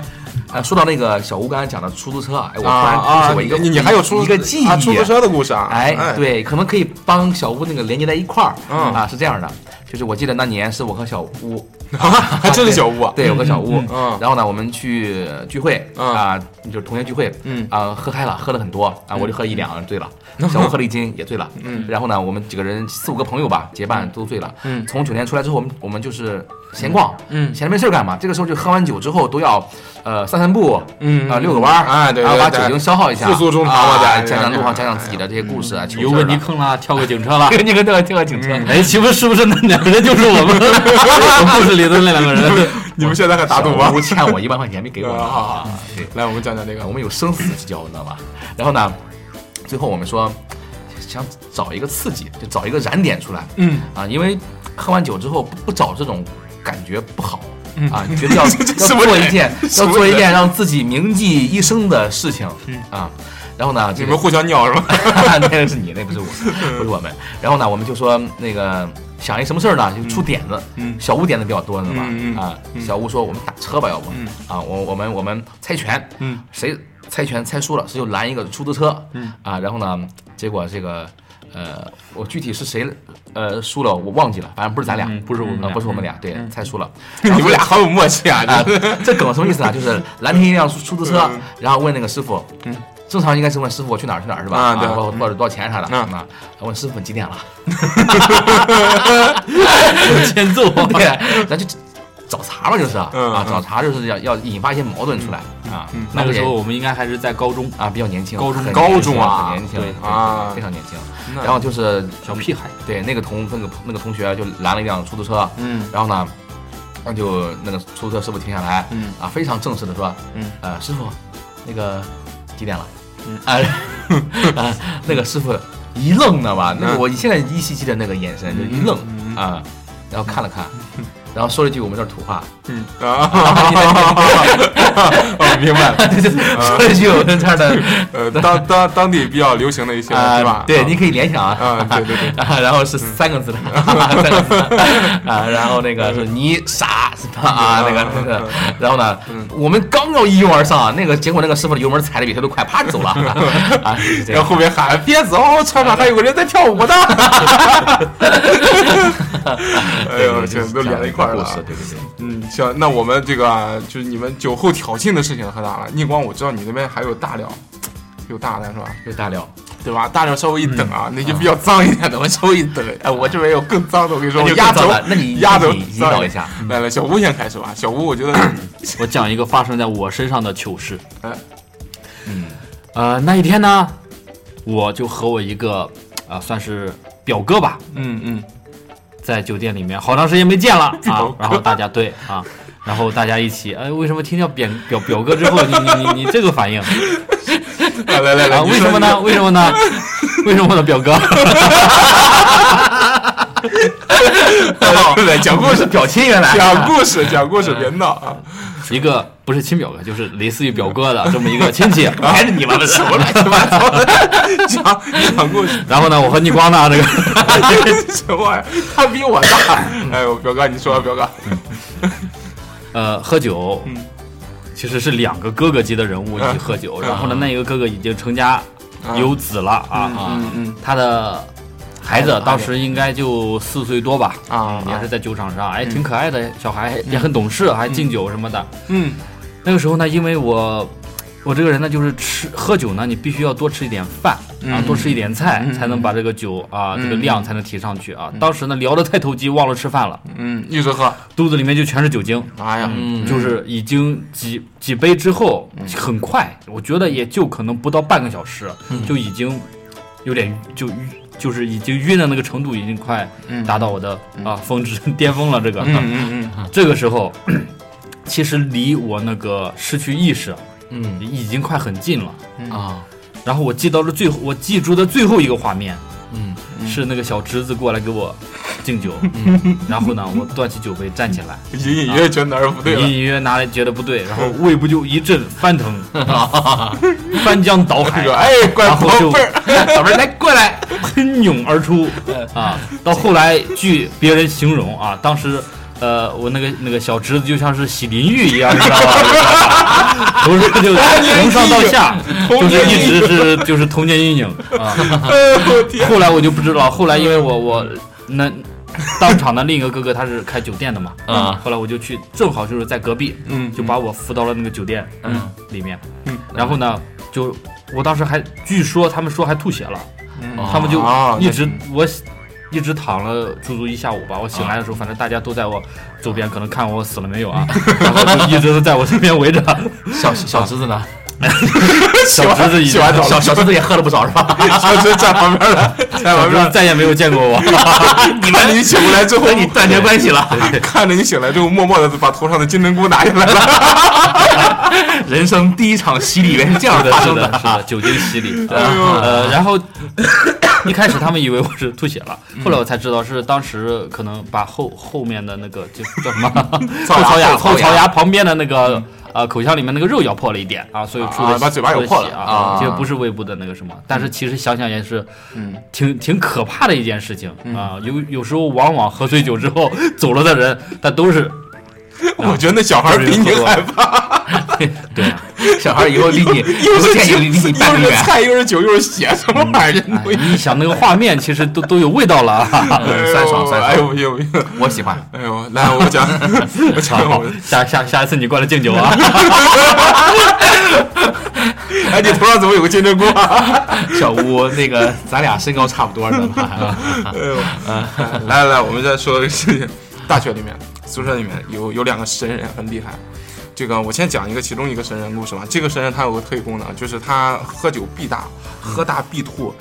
啊，说到那个小吴刚才讲的出租车啊，哎，我突
啊
然
啊，
就是我一个
你你还有出
一个记忆，
啊，出租车的故事啊？
哎，，对，可能可以帮小吴那个连接在一块儿。
嗯
啊，是这样的，就是我记得那年是我和小吴，
还真是小吴啊，
对我和小吴，
嗯
然后呢，我们去聚会
嗯
啊，就是同学聚会，
嗯
啊，喝嗨了，喝了很多啊，我就喝一两醉了，小吴喝了一斤也醉了，
嗯
然后呢，我们几个人四五个朋友吧，结伴都醉了，
嗯
从酒店出来之后，我们我们就是闲逛，
嗯
闲着没事儿干嘛，这个时候就喝完酒之后都要，呃，散散步，
嗯
啊，遛个弯儿，
哎对
然后
对
把
对
酒精消耗一下，
复苏中堂嘛嗯
啊
在
讲讲路
哎
上讲讲自己的这些故事啊，糗
有
事儿
问题
啊
坑啦，跳个警车啦。
你跟这个这个
嗯
警车，
哎，媳妇是不是那两个人就是我们我故事里的那两 个人？
你们现在还打赌
小
吗
吴？欠我一万块钱没给我呢。
啊
啊对，
来，我们讲讲这个
我，们有生死之交，你知道吧？然后呢，最后我们说想找一个刺激，就找一个燃点出来
嗯
啊，因为喝完酒之后不不找这种感觉不好，啊，你觉得要
嗯 什
要
么
做
人
一件
什
要
么
做一
人嗯
件让自己铭记一生的事情啊。然后呢，
你
这
们
个
互相尿是 吧？
那个是你，那不是我，不是我们。然后呢，我们就说那个想一什么事儿呢，就出点子。
嗯
小吴点子比较多呢
嗯嗯
嘛啊，
嗯
小吴说我们打车吧，要不
嗯
啊，我我们我们猜拳，
嗯
谁猜拳猜输了，谁就拦一个出租车，
嗯
啊，然后呢，结果这个呃，我具体是谁呃输了我忘记了，反正不是咱俩，
嗯不是我们
啊
俩
不是我们俩，对，
嗯
猜输 了。
你们俩好有默契啊！
啊
这，
这梗什么意思啊？就是拦停一辆出出租车
嗯，
然后问那个师傅
嗯，
正常应该是问师傅我去哪儿去哪儿是吧？
啊对
或者多少多少钱啥的
嗯
啊？问师傅你几点 了？
欠揍啊！
对，咱就找茬嘛，就是
嗯
啊，
嗯
找�茬就是要要引发一些矛盾出来啊
嗯。
那个时候
也
我们应该还是在高中，
啊比较年轻，
高中
很
高
年
中
轻
啊
很年轻
对
啊
非常年轻。
那
然后就是
小屁孩，
对那个同那个那个同学啊就拦了一辆出租车，啊
嗯
然后呢，那就那个出租车师傅停下来，
嗯
啊，非常正式的说，
嗯，
呃，师傅，那个几点了？
嗯
啊，啊，那个师傅一愣呢吧，那个我现在依稀记得那个眼神，就一愣
嗯嗯
啊，然后看了看，然后说了一句我们这儿土 话，
嗯啊，我明白了。
就是说了一句我们这儿的
呃，当当当地比较流行的一些，对吧
啊，？对，你
啊
可以联想
啊
啊，
对对对
啊，然后是三个字的，三个字的啊，然后那个是你傻是吧？啊，那个那个，然后呢，我们刚要一拥而上，那个结果那个师傅的油门踩的比谁都快，啪就走了啊，是这
然
样
后后面喊别走，车上还有个人在跳舞呢。哎呦，这
对就是
都连在一块儿了
故
啊
事。对对对。
嗯，行，那我们这个啊就是你们酒后挑衅的事情喝大了。逆光，我知道你那边还有大料，有大的是吧？
有大料，
对吧？大料稍微一等啊，
嗯
那些比较脏一点的，我稍微一等。哎，我这边有更脏的，我跟你说，我压轴，
那 你
压轴
你引导一下，
嗯
来来，小吴先开始吧。小吴，我觉 得，
我讲一个发生在我身上的糗事。
哎，
嗯
呃，那一天呢，我就和我一个呃算是表哥吧，
嗯 嗯
在酒店里面，好长时间没见了
表
啊
哥。
哦
然后大家对啊，然后大家一起，哎，为什么听到表表表哥之后，你你你你这个反应啊？
来来来来，你
为
说
什么呢？？为什么 呢？为什么呢？表哥？
你 来讲故事，
表亲原来
讲故事，讲故事，
嗯
别闹 啊！
一个不是亲表哥，就是类似于表哥 的这么一个亲戚。啊
还是你们什么来？
讲讲故事，
然后呢，我和逆光呢，这个
什么玩意儿？他比我 大。哎呦，表哥，你说吧，表哥。啊
呃喝酒
嗯，
其实是两个哥哥级的人物一
嗯
起喝酒。然后呢，那一个哥哥已经成家
啊
有子了啊，
嗯嗯
他的孩
孩
子
子
当时应该就四岁多吧，
嗯啊
也是在酒场上，哎，挺可爱的小孩，也很懂事，还敬酒什么的。
嗯
那个时候呢，因为我我这个人呢，就是吃喝酒呢，你必须要多吃一点饭啊，
嗯
多吃一点菜，才能把这个酒啊这个量才能提上去啊。当时呢，聊得太投机，忘了吃饭了，
嗯，一直喝。
肚子里面就全是酒精。
哎呀，
就是已经几几杯之后，
嗯
很快，我觉得也就可能不到半个小时，
嗯
就已经有点就就是已经晕的那个程度，已经快达到我的啊峰值巅峰了。这个，
嗯嗯嗯嗯
这个时候， 其实离我那个失去意识
嗯
已经快很近了。
啊
然后我记到了最后，我记住的最后一个画面
嗯
是那个小侄子过来给我敬酒，然后呢，我端起酒杯站起来，
嗯 隐隐约约觉得哪儿不对
隐
了。
隐约约拿来觉得不对，然后胃部就一阵 翻腾，翻江倒
这
海，
个哎， 怪
然
宝
后就
贝儿，
小妹来过来，
喷涌而出啊！到后来，据别人形容啊，当时。呃，我那个那个小侄子就像是洗淋浴一样，你知道 吧？从上就从上到下，
童
就
年
是
阴
一直是就是童年阴影啊。
哎呦我天！
后来我就不知道，后来因为我
嗯
我那当场的另一个哥哥他是开酒店 的嘛，
嗯
后来我就去，正好就是在隔壁，
嗯
就把我扶到了那个酒店，
嗯，
里面，
嗯，
然后呢，就我当时还据说他们说还吐血了，
嗯
他们就
啊
一直我一直躺了足足一下午吧，我醒来的时候，反正大家都在我周边，可能看我死了没 有啊，然后就一直都在我身边围着，
小小侄子呢？
小侄子已
洗
经
完澡
小小侄子也喝了不少是吧？
小侄站旁边了，站
小
旁边
侄子
了。
再也没有见过我，
你看你醒过来之后，
跟你断绝关系了，
看着你醒来之后，默默的把头上的金针菇拿下来了。
人生 第一场洗礼原来是这样
是的，
发
是
生
哎
的，是的，酒精洗礼。呃，然后 一开始他们以为我是吐血了，
嗯
后来我才知道是当时可能把后后面的那个就叫什么 后槽牙后槽牙旁边的那个呃口腔里面那个肉咬破了一点啊，所以出
嗯啊
的
把嘴巴咬
出的
破了
血
啊
啊，就不是胃部的那个什么，但是其实想想也是
嗯，
挺挺可怕的一件事情啊。有有时候往往喝醉酒之后 走了的人，他都是
我觉得那小孩比你害怕，
对 啊，
小孩以后离你，
又
以后
是
见
酒，
你离你半
又
米
是
远。
菜，又是酒，又是血，什么玩意
哎
儿？
你一想那个画面，其实都都有味道了啊。
哎呦
酸爽酸爽
哎呦呦，
我喜欢，
哎呦，来我讲，我讲我
好，下下下一次你过来敬酒 啊！
哎，你头上怎么有个金针菇啊？
小吴那个咱俩身高差不多，知道吧？
哎呦，
啊
来来来，我们再说一个事情。大学里面，宿舍里面有有两个神人很厉害。这个我先讲一个其中一个神人故事吧。这个神人他有个特异功能，就是他喝酒必大，喝大必吐，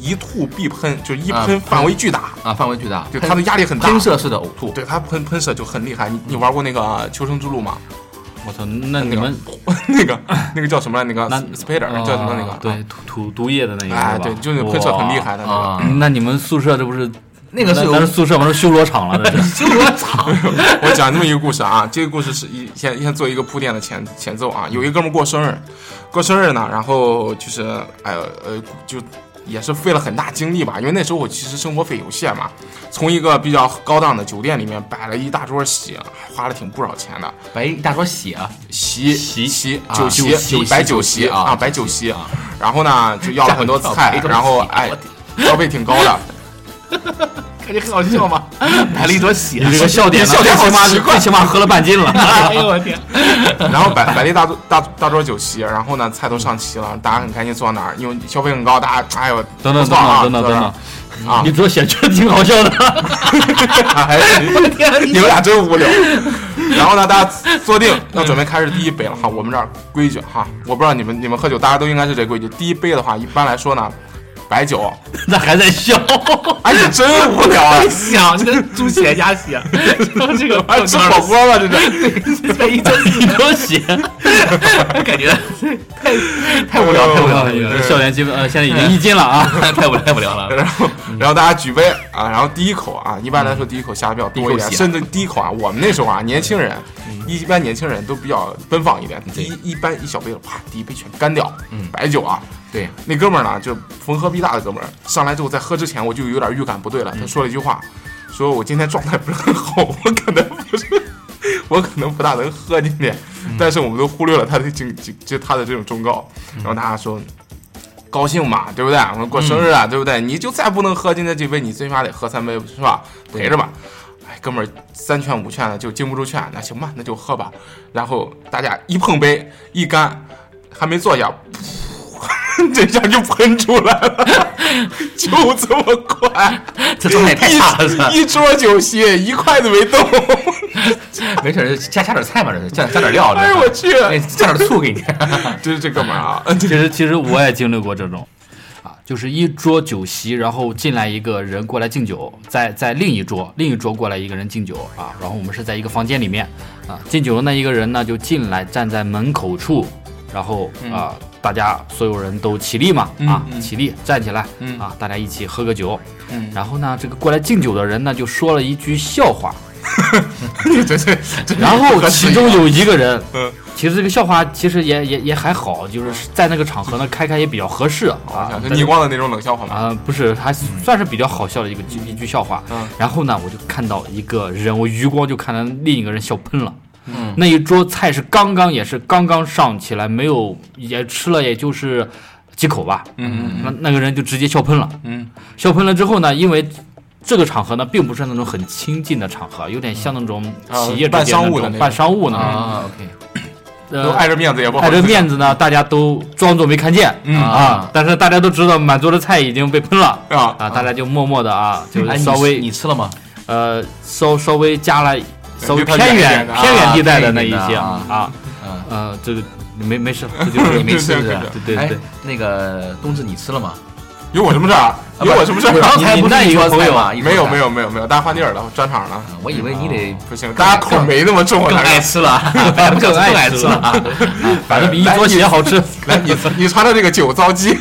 一吐必喷，就一
啊
喷范围巨大，
啊，范围巨大，
对他的压力很大。
喷射式的呕吐，
对他喷喷射就很厉害。你你玩过那个《求生之路》吗？
我操，那你们
那个那个叫什么来？那个
那
Spader
啊
叫什么那个？
对，土土毒液的那个，
哎，
是吧
对，就是喷射很厉。害的嗯那个。
啊
哇，那你们宿舍这不是
那个是有
咱宿舍吗？是修罗场了，这是
修罗场，
我讲这么一个故事啊，这个故事是一先先做一个铺垫的前前奏啊。有一哥们儿过生日，过生日呢，然后就是哎呦呃就也是费了很大精力吧，因为那时候我其实生活费有限嘛，从一个比较高档的酒店里面摆了一大桌席，还花了挺不少钱的
白一大坨血，
席
席
席
啊
酒
酒席
席摆酒
酒席啊
啊摆酒席，然后呢就要了很多 菜，然后哎消费挺高的。
感觉很好笑吗？摆了一坨血
你，这个笑点呢，
笑点好
最起码
奇怪
最起码喝了 半斤了。
哎呦我天！，
然后摆摆了一大桌大大桌酒席，然后呢菜都上齐了，大家很开心坐那儿，因为消费很高，大家哎呦，
等等
不
等
错啊
等等等
坐那
等
儿，啊
你做写确实挺好笑的。
哎 你们俩真无聊。 然后呢，大家坐定要准备开始第一杯了哈，我们这儿规矩哈，我不知道你们你们喝酒大家都应该是这规矩，第一杯的话一般来说呢，白酒，
那还 在笑，
哎你真无聊 啊
想这个猪血鸭血，这个
哎 吃火锅吧这是。
这一坨
你都 写。
感觉太太无聊，太无聊，太无聊
对
笑点基本呃现在已经一斤了啊。
太无聊，太 无聊了。
然后
嗯
然后大家举杯啊，然后第一口啊，一般来说第一口下的比较多一
第一口嗯
点，
血
甚至第一口啊，我们那时候啊，年轻人一般年轻人都比较奔放一点，第一一般一小杯啪，第一杯全干掉，
嗯
白酒啊。
对，
那哥们儿呢，就逢喝必大的哥们儿，上来之后在喝之前我就有点预感不对了，他说了一句话，说我今天状态不是很好， 我可能不是。我可能不大能喝今天， 但是我们都忽略了他的这这这他的这种忠告，然后大家说高兴嘛，对不对？我们过生日啊，对不对？你就再不能喝今天这杯，你最起码得喝三杯是吧？陪着吧。哎，哥们儿，三劝五劝的就经不住劝，那行吧，那就喝吧。然后大家一碰杯一干，还没坐下，噗 这下就喷出来了，就这么快，
这状态也太差了，是 吧？
一一桌酒席一筷子没动，
没事儿，加加点菜嘛，这是加加点料，这
哎
是
呦我去！
哎加点醋给你。
这是这哥们儿啊，
其实其实我也经历过这种，啊，就是一桌酒席，然后进来一个人过来敬酒，在在另一桌另一桌过来一个人敬酒啊，然后我们是在一个房间里面啊，敬酒的那一个人呢就进来站在门口处，然后啊、大家所有人都起立嘛啊
嗯嗯嗯
起立站起来
嗯
啊大家一起喝个酒，
嗯，
然后呢这个过来敬酒的人呢就说了一句笑话，
这这这，
然后其中有一个人
嗯，
其实这个笑话其实也也也还好，就是在那个场合呢开开也比较合适啊
啊。
但
逆
是
光的那种冷笑话吗？
啊，不是，还算是比较好笑的一个句一句笑话
嗯。
然后呢，我就看到一个人，我余光就看到另一个人笑喷了。
嗯
那一桌菜是刚刚也是刚刚上起来，没有也吃了也就是几口吧。
嗯
那那个人就直接笑喷了。
嗯
笑喷了之后呢，因为这个场合呢，并不是那种很亲近的场合，有点像那种企业
啊办
之间
商务
那
的那
种
种
办商务那种。
啊，OK，
嗯，都
呃，
碍着面子也不好，
碍着面子呢，大家都装作没看见、
嗯
啊，但是大家都知道满桌的菜已经被喷了。
子啊，
啊，大家就默默的啊，就
哎
是
你
稍微、
你吃了吗？
呃稍稍微加了稍
离
微
他
偏
远一点
远
的
偏远地带的那一些
啊偏远的
啊啊
嗯，
呃 这个没没事，这就是
你没吃是吧
对
对对对
哎那个冬至你吃了吗？
有我什么事儿？啊有我什么事儿？
刚
你
才
你
不
那
是
一个
说
朋
菜
友
吗？一
没有
说菜
没有没有没有，大家换地儿了，转场了，
啊，我以为你得
不行，大家口没那么重， 啊
更
大
爱
概
吃了，本来不想
啊更爱
更爱
吃
吃了啊，
反正比一桌鞋好吃。
来你你穿的这个酒糟鸡，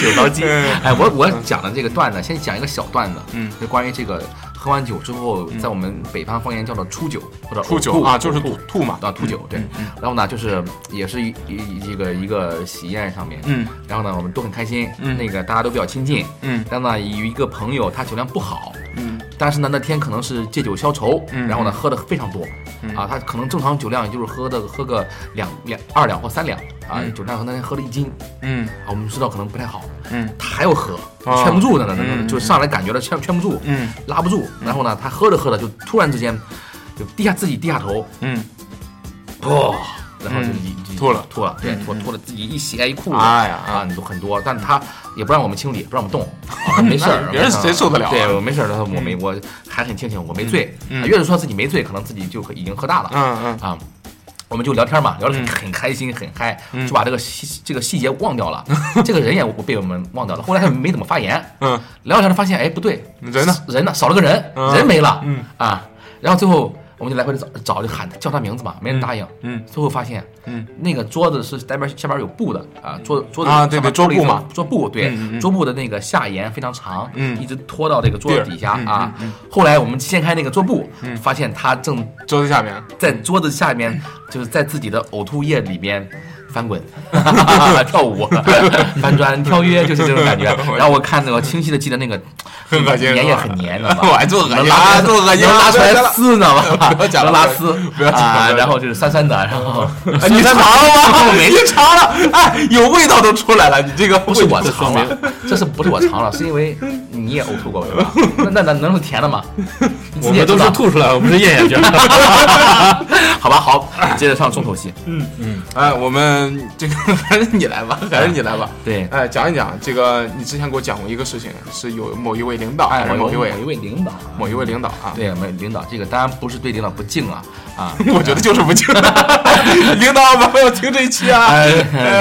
酒糟鸡。
嗯
哎，我我讲的这个段子，先讲一个小段子，
嗯，
就关于这个喝完酒之后，在我们北方方言叫做出酒或 者
吐
呕
酒
吐
啊，嗯就是吐吐嘛，
啊吐酒，对。然后呢，就是也是一一这个一个喜宴上面，
嗯
然后呢，我们都很开心，
嗯
那个大家都比较亲近。
嗯
然后呢，有一个朋友他酒量不好，
嗯
但是呢，那天可能是借酒消愁，
嗯
然后呢，喝的非常多，
嗯
啊，他可能正常酒量也就是喝的喝个两两二两或三两啊，
嗯
酒量可能那天喝了一斤
嗯
啊，我们知道可能不太好，
嗯
他还要喝，
啊
劝不住的呢，那
嗯
那就上来感觉到劝劝不住，
嗯
拉不住，然后呢，他喝着喝着就突然之间就低下自己低下头，
嗯，
噗，然后就
嗯
一就
吐了
吐了，对，
嗯
吐吐了自己一鞋一裤子，
哎呀
啊，你都很多，但他也不让我们清理，不让我 们动，啊没事
那
儿，
别人谁受得了啊
对，我没事儿，我没，我还很清醒，我没醉。
嗯
啊越是说自己没醉，可能自己就已经喝大了
嗯嗯
啊。我们就聊天嘛，聊得很
嗯
很开心，很嗨，
嗯
就把这个细这个细节忘掉了，这个人也被我们忘掉了。后来他没怎么发言，
嗯
聊着聊着发现，哎，不对，
人呢？
人呢？少了个人，
嗯
人没了
嗯
啊。然后最后我们就来回地找找，就喊叫他名字嘛，没人答应。
嗯
最后发现，
嗯，
那个桌子是下边下边有布的啊，桌桌子
啊对
上
对
面
桌
铺了一
布
层
嘛，
桌布对
嗯嗯，嗯
桌布的那个下沿非常长，
嗯
一直拖到这个桌子底下
地儿嗯嗯
啊。后来我们掀开那个桌布，发现他正
桌子下面，
在桌子下面，就是在自己的呕吐液里边翻滚、 跳舞、 翻砖、跳跃，就是这 种感觉。然后我看着，我清晰的记得那个
很恶心是吧
粘也很粘，知道吧？
我还做恶心
能拉
啊做恶心
能拉
啊
出
不要讲
来
了
丝，知道吧？
不要讲了
能拉丝
不要讲了不要
啊，
讲了
然后就是酸酸的，然 后
哎你尝了吗？你尝了，哎，有味道都出来了，你这个
不
不
是我尝了，这是不是我尝了？是因为你也呕吐过对吧？那那那能是甜的吗？你自
我
己也
们
知
都
道
是，吐出来，我们是咽下去了。
好吧，好，接着上重头戏。
哎，我们这个 还是你来吧，还是你来吧。
对，
哎，讲一讲这个，你之前给我讲过一个事情，是有某一位领导，还是某一位
哎某一位领导啊，
某一位领导啊？，
对，我们领导这个当然不是对领导不敬啊啊
我觉得就是不 敬，领导们没有听这一期啊！哎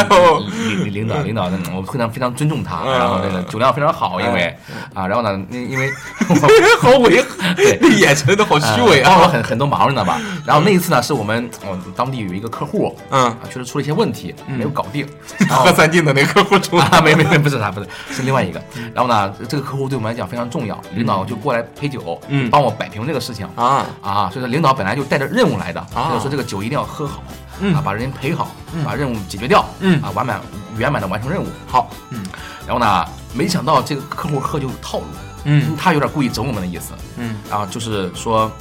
呦，
领领领导领导，嗯我非常非常尊重他，
嗯
然后那个酒量非常好，因为
哎
啊，然后呢，那因为
好违和，
对
这眼神都好虚伪
帮了
啊！
很很多忙，知道吧？然后那一次呢，是我们我们当地有一个客户
嗯
啊，确实出了一些问题，没有搞定，然 后
喝三斤的那客户出来，
啊，没没没，不是他，不是，是另外一个。然后呢，这个客户对我们来讲非常重要，领导就过来陪酒，
嗯
帮我摆平这个事情
啊
啊。所以说，领导本来就带着任务来的，所以说这个酒一定要喝好，
嗯
啊，把人陪好，把任务解决掉，
嗯
啊，完满圆满的完成任务。
好，嗯
然后呢，没想到这个客户喝酒有套路，
嗯
他有点故意整我们的意思，
嗯
啊，就是说。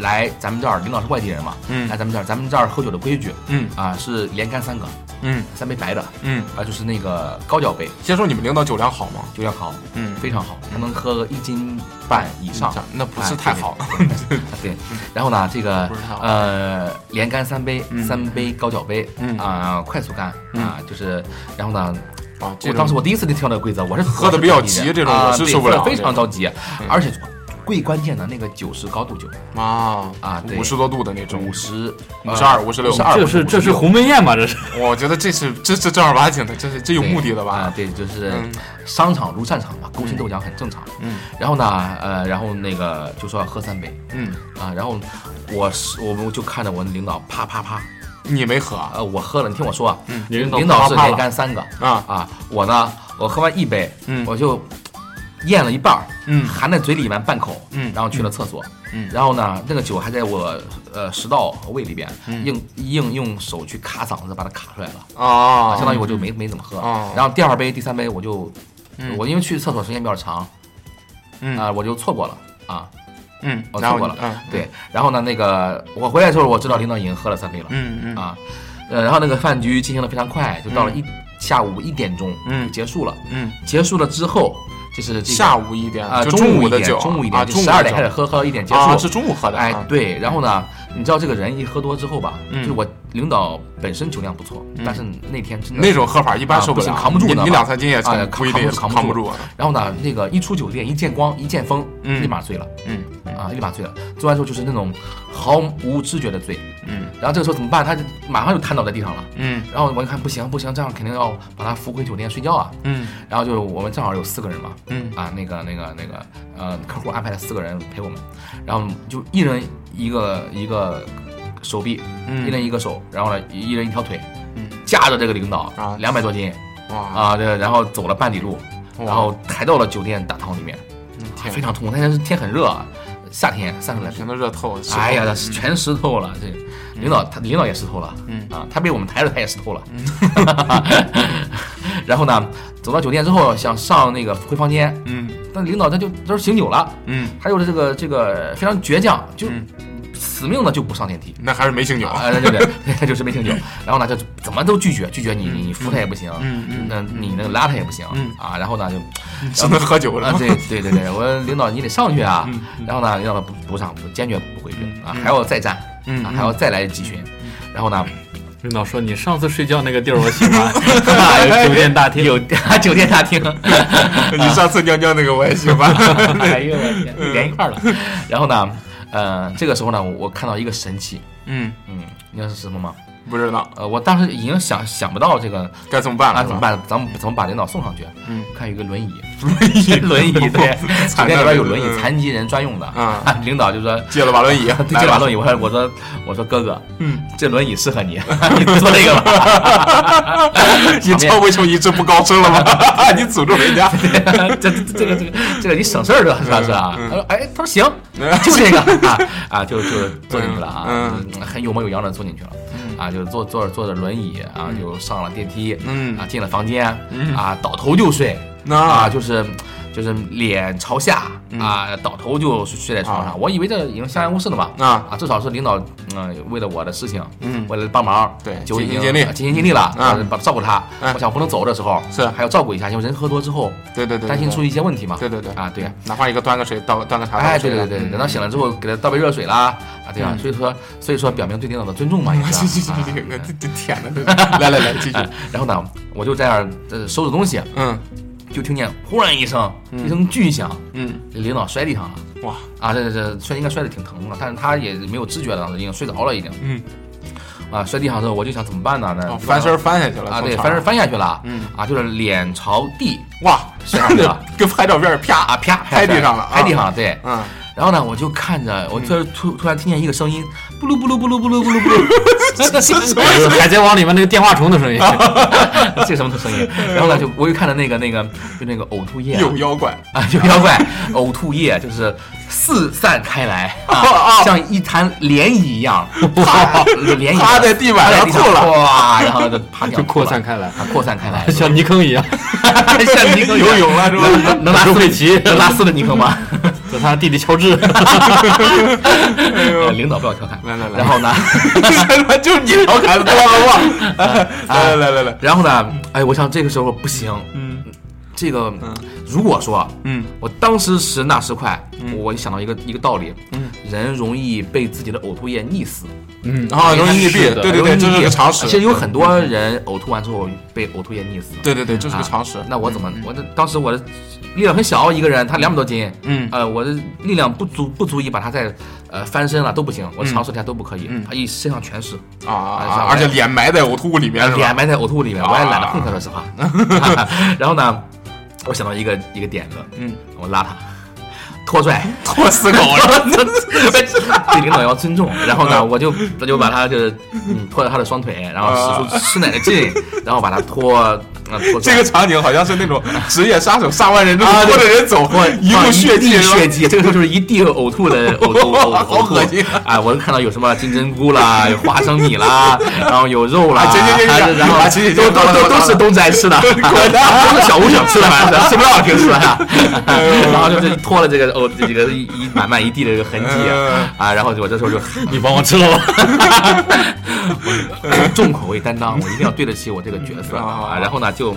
来咱们这儿，领导是外地人嘛，
嗯
来咱们这儿，咱们这儿喝酒的规矩
嗯
啊是连干三个，
嗯
三杯白的，
嗯，
啊就是那个高脚杯，
先说你们领导酒量好吗？
酒量好，
嗯
非常好，他能喝个一斤半以上，
那不是太好，
哎。对对 对，对然后呢，这个
不是太好
呃，连干三杯，
嗯
三杯高脚杯，
嗯
啊，快速干啊，就是，然后呢。
啊，
我
这
当时
我
我第一次就听到这个规则，我是
喝得比较急
我是本地
这
人
种我
啊
是
对
受不了
喝得非常
这嗯
着急，而且最关键的那个酒是高度酒，
啊
啊对
五十多度的那种
五，十呃
五十二、五十六，
52
这 是这是鸿门宴吗？这是
我觉得这是这是正儿八经的，这是这有目的的
啊
吧？，
对，就是
嗯
商场如战场嘛，勾心斗角很正常。
嗯
然后呢，呃，然后那个就说要喝三杯，
嗯，
啊，然后我是我们就看着我的领导啪啪啪，
你没喝啊？
呃，我喝了，你听我说啊，
领
领导是
嗯啪啪
连
了
干三个
啊
啊，我呢，我喝完一杯，
嗯
我就咽了一半儿，
嗯
含在嘴里面半口，
嗯
然后去了厕所，
嗯
然后呢，那个酒还在我呃食道和胃里边，
嗯
硬硬用手去卡嗓子把它卡出来了，
啊，
相当于我就没没怎么喝
哦，
然后第二杯、第三杯我就
嗯
我因为去厕所时间比较长
嗯
啊，我就错过了啊，
嗯，
我
然
错
后
过
你
了，，对，然后呢，那个我回来的时候我知道领导已经喝了三杯了，
嗯嗯嗯
啊，呃，然后那个饭局进行的非常快，就到了一、下午一点钟，
嗯
就结束了。
嗯，
结束了之后，就是这个
下午一点
啊、
就
中
午
一
的
点，
酒，
中午一
啊，
点，
中午
十二点开始喝，喝到一点结束。
啊，是中午喝的，
哎，对，然后呢，你知道这个人一喝多之后吧，
嗯
就是我领导本身酒量不错，但是那天真的
那种喝法一般受
啊
了，你两三斤也
啊，扛
不一定
扛
扛
不住，扛
不
不
住
住。。然后呢，那个一出酒店，一见光，一见风，
嗯
立马醉了
嗯，
啊，立马醉了。醉完之后就是那种毫无知觉的醉，
嗯
然后这个时候怎么办？他就马上就瘫倒在地上了。
嗯
然后我一看不行不行，这样肯定要把他扶回酒店睡觉啊。
嗯
然后就我们正好有四个人嘛，
嗯
啊，那个那个那个呃，客户安排了四个人陪我们，然后就一人一个一个手臂，一人一个手，然后呢一人一条腿，
嗯
架着这个领导
啊
两百多斤
哇
啊，对，然后走了半里路，然后抬到了酒店大堂里面，
嗯
啊
天
非常痛苦。那天是天很热啊，夏天三十来度，
全都热透，是吧
哎呀，全湿透了。这领导他领导也湿透了，
嗯
啊，他被我们抬着他也湿透了。 然后呢，走到酒店之后想上那个回房间，
嗯
但领导他就他说醒酒了，
嗯，
他就是这个这个非常倔强，就
嗯
死命的就不上电梯。
那还是没醒酒，
啊，对对对， 他就是没醒酒，然后呢，就怎么都拒绝，拒绝你，你扶他也不行，
嗯嗯
那你那个拉他也不行，
嗯
啊，然后呢就
只能 喝酒了
啊，， 对对对对，我说领导你得上去啊
嗯，
然后呢，领导不不上，不坚决不回去啊，
嗯
还要再战，
嗯
啊，
嗯
还要再来集训，然后呢，
领导说你上次睡觉那个地儿我喜欢， 有酒店大厅
有酒店大厅，
你上次尿尿那个我也喜欢，
哎呦我
嗯
天，连一块儿了，然后呢，呃，这个时候呢，我我看到一个神器，
嗯，
嗯，你知道是什么吗？
不知道
呃，我当时已经想想不到这个，
该怎么办
啊，
了，
怎么办？咱们怎么把领导送上去？
嗯，
看有一个轮椅，轮椅，轮椅， 对，酒
残
店
障
里边有
人
轮
嗯
椅，残疾人专用的，
啊，
领导就说。
借了把轮椅，啊
对，这把轮椅，我说我说我说哥哥，
嗯，
这轮椅适 合你，你坐这个吧。
你知道为什么一直不高升了 吗？你诅咒人家，
这这这个这个这个你省事儿了，是吧？是吧？
嗯
他说哎，他说行，
嗯
就这个啊啊，就就坐进去了啊
嗯，
很有模有样的坐进去了啊，就坐坐着坐着轮椅啊，就上了电梯，
嗯
啊，进了房间
嗯
啊，倒头就睡啊，
那
就是。就是脸朝下啊，倒头就睡在
嗯
床
啊
上。我以为这已经相安无事了嘛，
啊
啊，至少是领导，嗯，为了我的事情，
嗯
为了帮忙，
对
就已
尽
经
心尽力
啊尽心尽力了，
啊
啊，把照顾他。
哎
我想不能走的时候，
是
还要照顾一下，因为人喝多之后，
对对对，
担心出一些问题嘛。
对对对
啊，对，
哪怕一个端个水啊倒端个茶，
哎，对对对对，等到醒了之后给他倒杯热水啦，啊，对啊
嗯，
所以说所以说表明对领导的尊重嘛，也
这
是
这
啊。
这这这这天哪！ 来来来，继续
啊。然后呢，我就在那儿呃收拾东西，
嗯
就听见忽然一声一声巨响，
嗯，
这领导摔地上了。
哇，
啊，这这摔应该摔得挺疼的，但是他也没有知觉了，已经睡着了，已经
嗯，
啊摔地上之后，我就想怎么办呢？那
哦翻身翻下去了
啊，对，
从床
翻身翻下去了，
嗯
啊，就是脸朝地，
哇，
摔上去了
跟拍照片儿啪
啊，啪
拍地上了啊
拍地上了，对。
嗯，
然后呢，我就看着，我突突突然听见一个声音，布噜布噜布噜布噜布噜布 噜，
哎海贼王里面那个电话虫的声音，
这什么的声音？然后呢，就我又看着那个那个就那个呕吐液啊
嗯有妖怪，
啊， 有妖怪，呕吐液就是四散开来，
哦
啊，像一滩涟漪一样，啪涟漪
趴在地板上吐了，
哇，然后就趴地
就
上
扩
吐了
散，开来，
啊，扩散 开来，
像泥坑一样。
像泥坑一样
游泳了是吧？
能拉
朱
四
佩奇
能拉四个泥坑吗？
和他弟弟乔 治，
呃 领导不要调侃。
哎来来来
然后呢，
他妈就是你调侃的，哇！来来来来来，
然后呢，哎，我想这个时候不行，
嗯
这个如果说，啊
嗯
我当时时那时快，我想到一个一个道理，
嗯
人容易被自己的呕吐液溺死，
嗯
然后容易溺
是
毙，
的
对对对，
容易
这是
溺
个
毙
常识
而，且有很多人呕吐完之后被呕吐液溺死，
对对对，这
这
是个常识。
那我怎么，我那当时我的力量很小，一个人他两百多斤，
嗯
呃，我的力量不足不足以把他再呃翻身了都不行，我尝试了一下都不可以
嗯，
他一身上全是。
啊啊
像
啊！
我
而且脸埋在呕吐物里面是
脸
吧？
埋在呕吐物里面，我也懒得碰它，
啊
说实话。 然后呢，我想到一个一个点子，
嗯，
我拉他，拖拽，
拖 死狗了，
对领导要尊重。然后呢，
嗯
我就我就把他就是嗯拖着他的双腿，然后使出吃奶的劲，然后把他拖啊拖
啊这
拽
个场景好像是那种职业杀手杀完人之
啊
后
对
拖着人走
我，
一路血
一
迹
地
是吧
血迹，这个时候就是一地呕吐的呕 吐，呕吐
好恶心啊！
啊！我看到有什么金针菇啦， 有花生米啦，然后有肉啦，
啊行行行行
还是然后
啊行行行
都都都都是东宅 吃的， 都是小五想吃的，反正是吃不到平时啊。
哎
然后就是拖了这个呕这个一一满满一地的这个痕迹
嗯
啊，然后我这时候就
你帮我吃了吧？
重口味担当，我一定要对得起我这个角
嗯
色
哦
啊。然后呢，就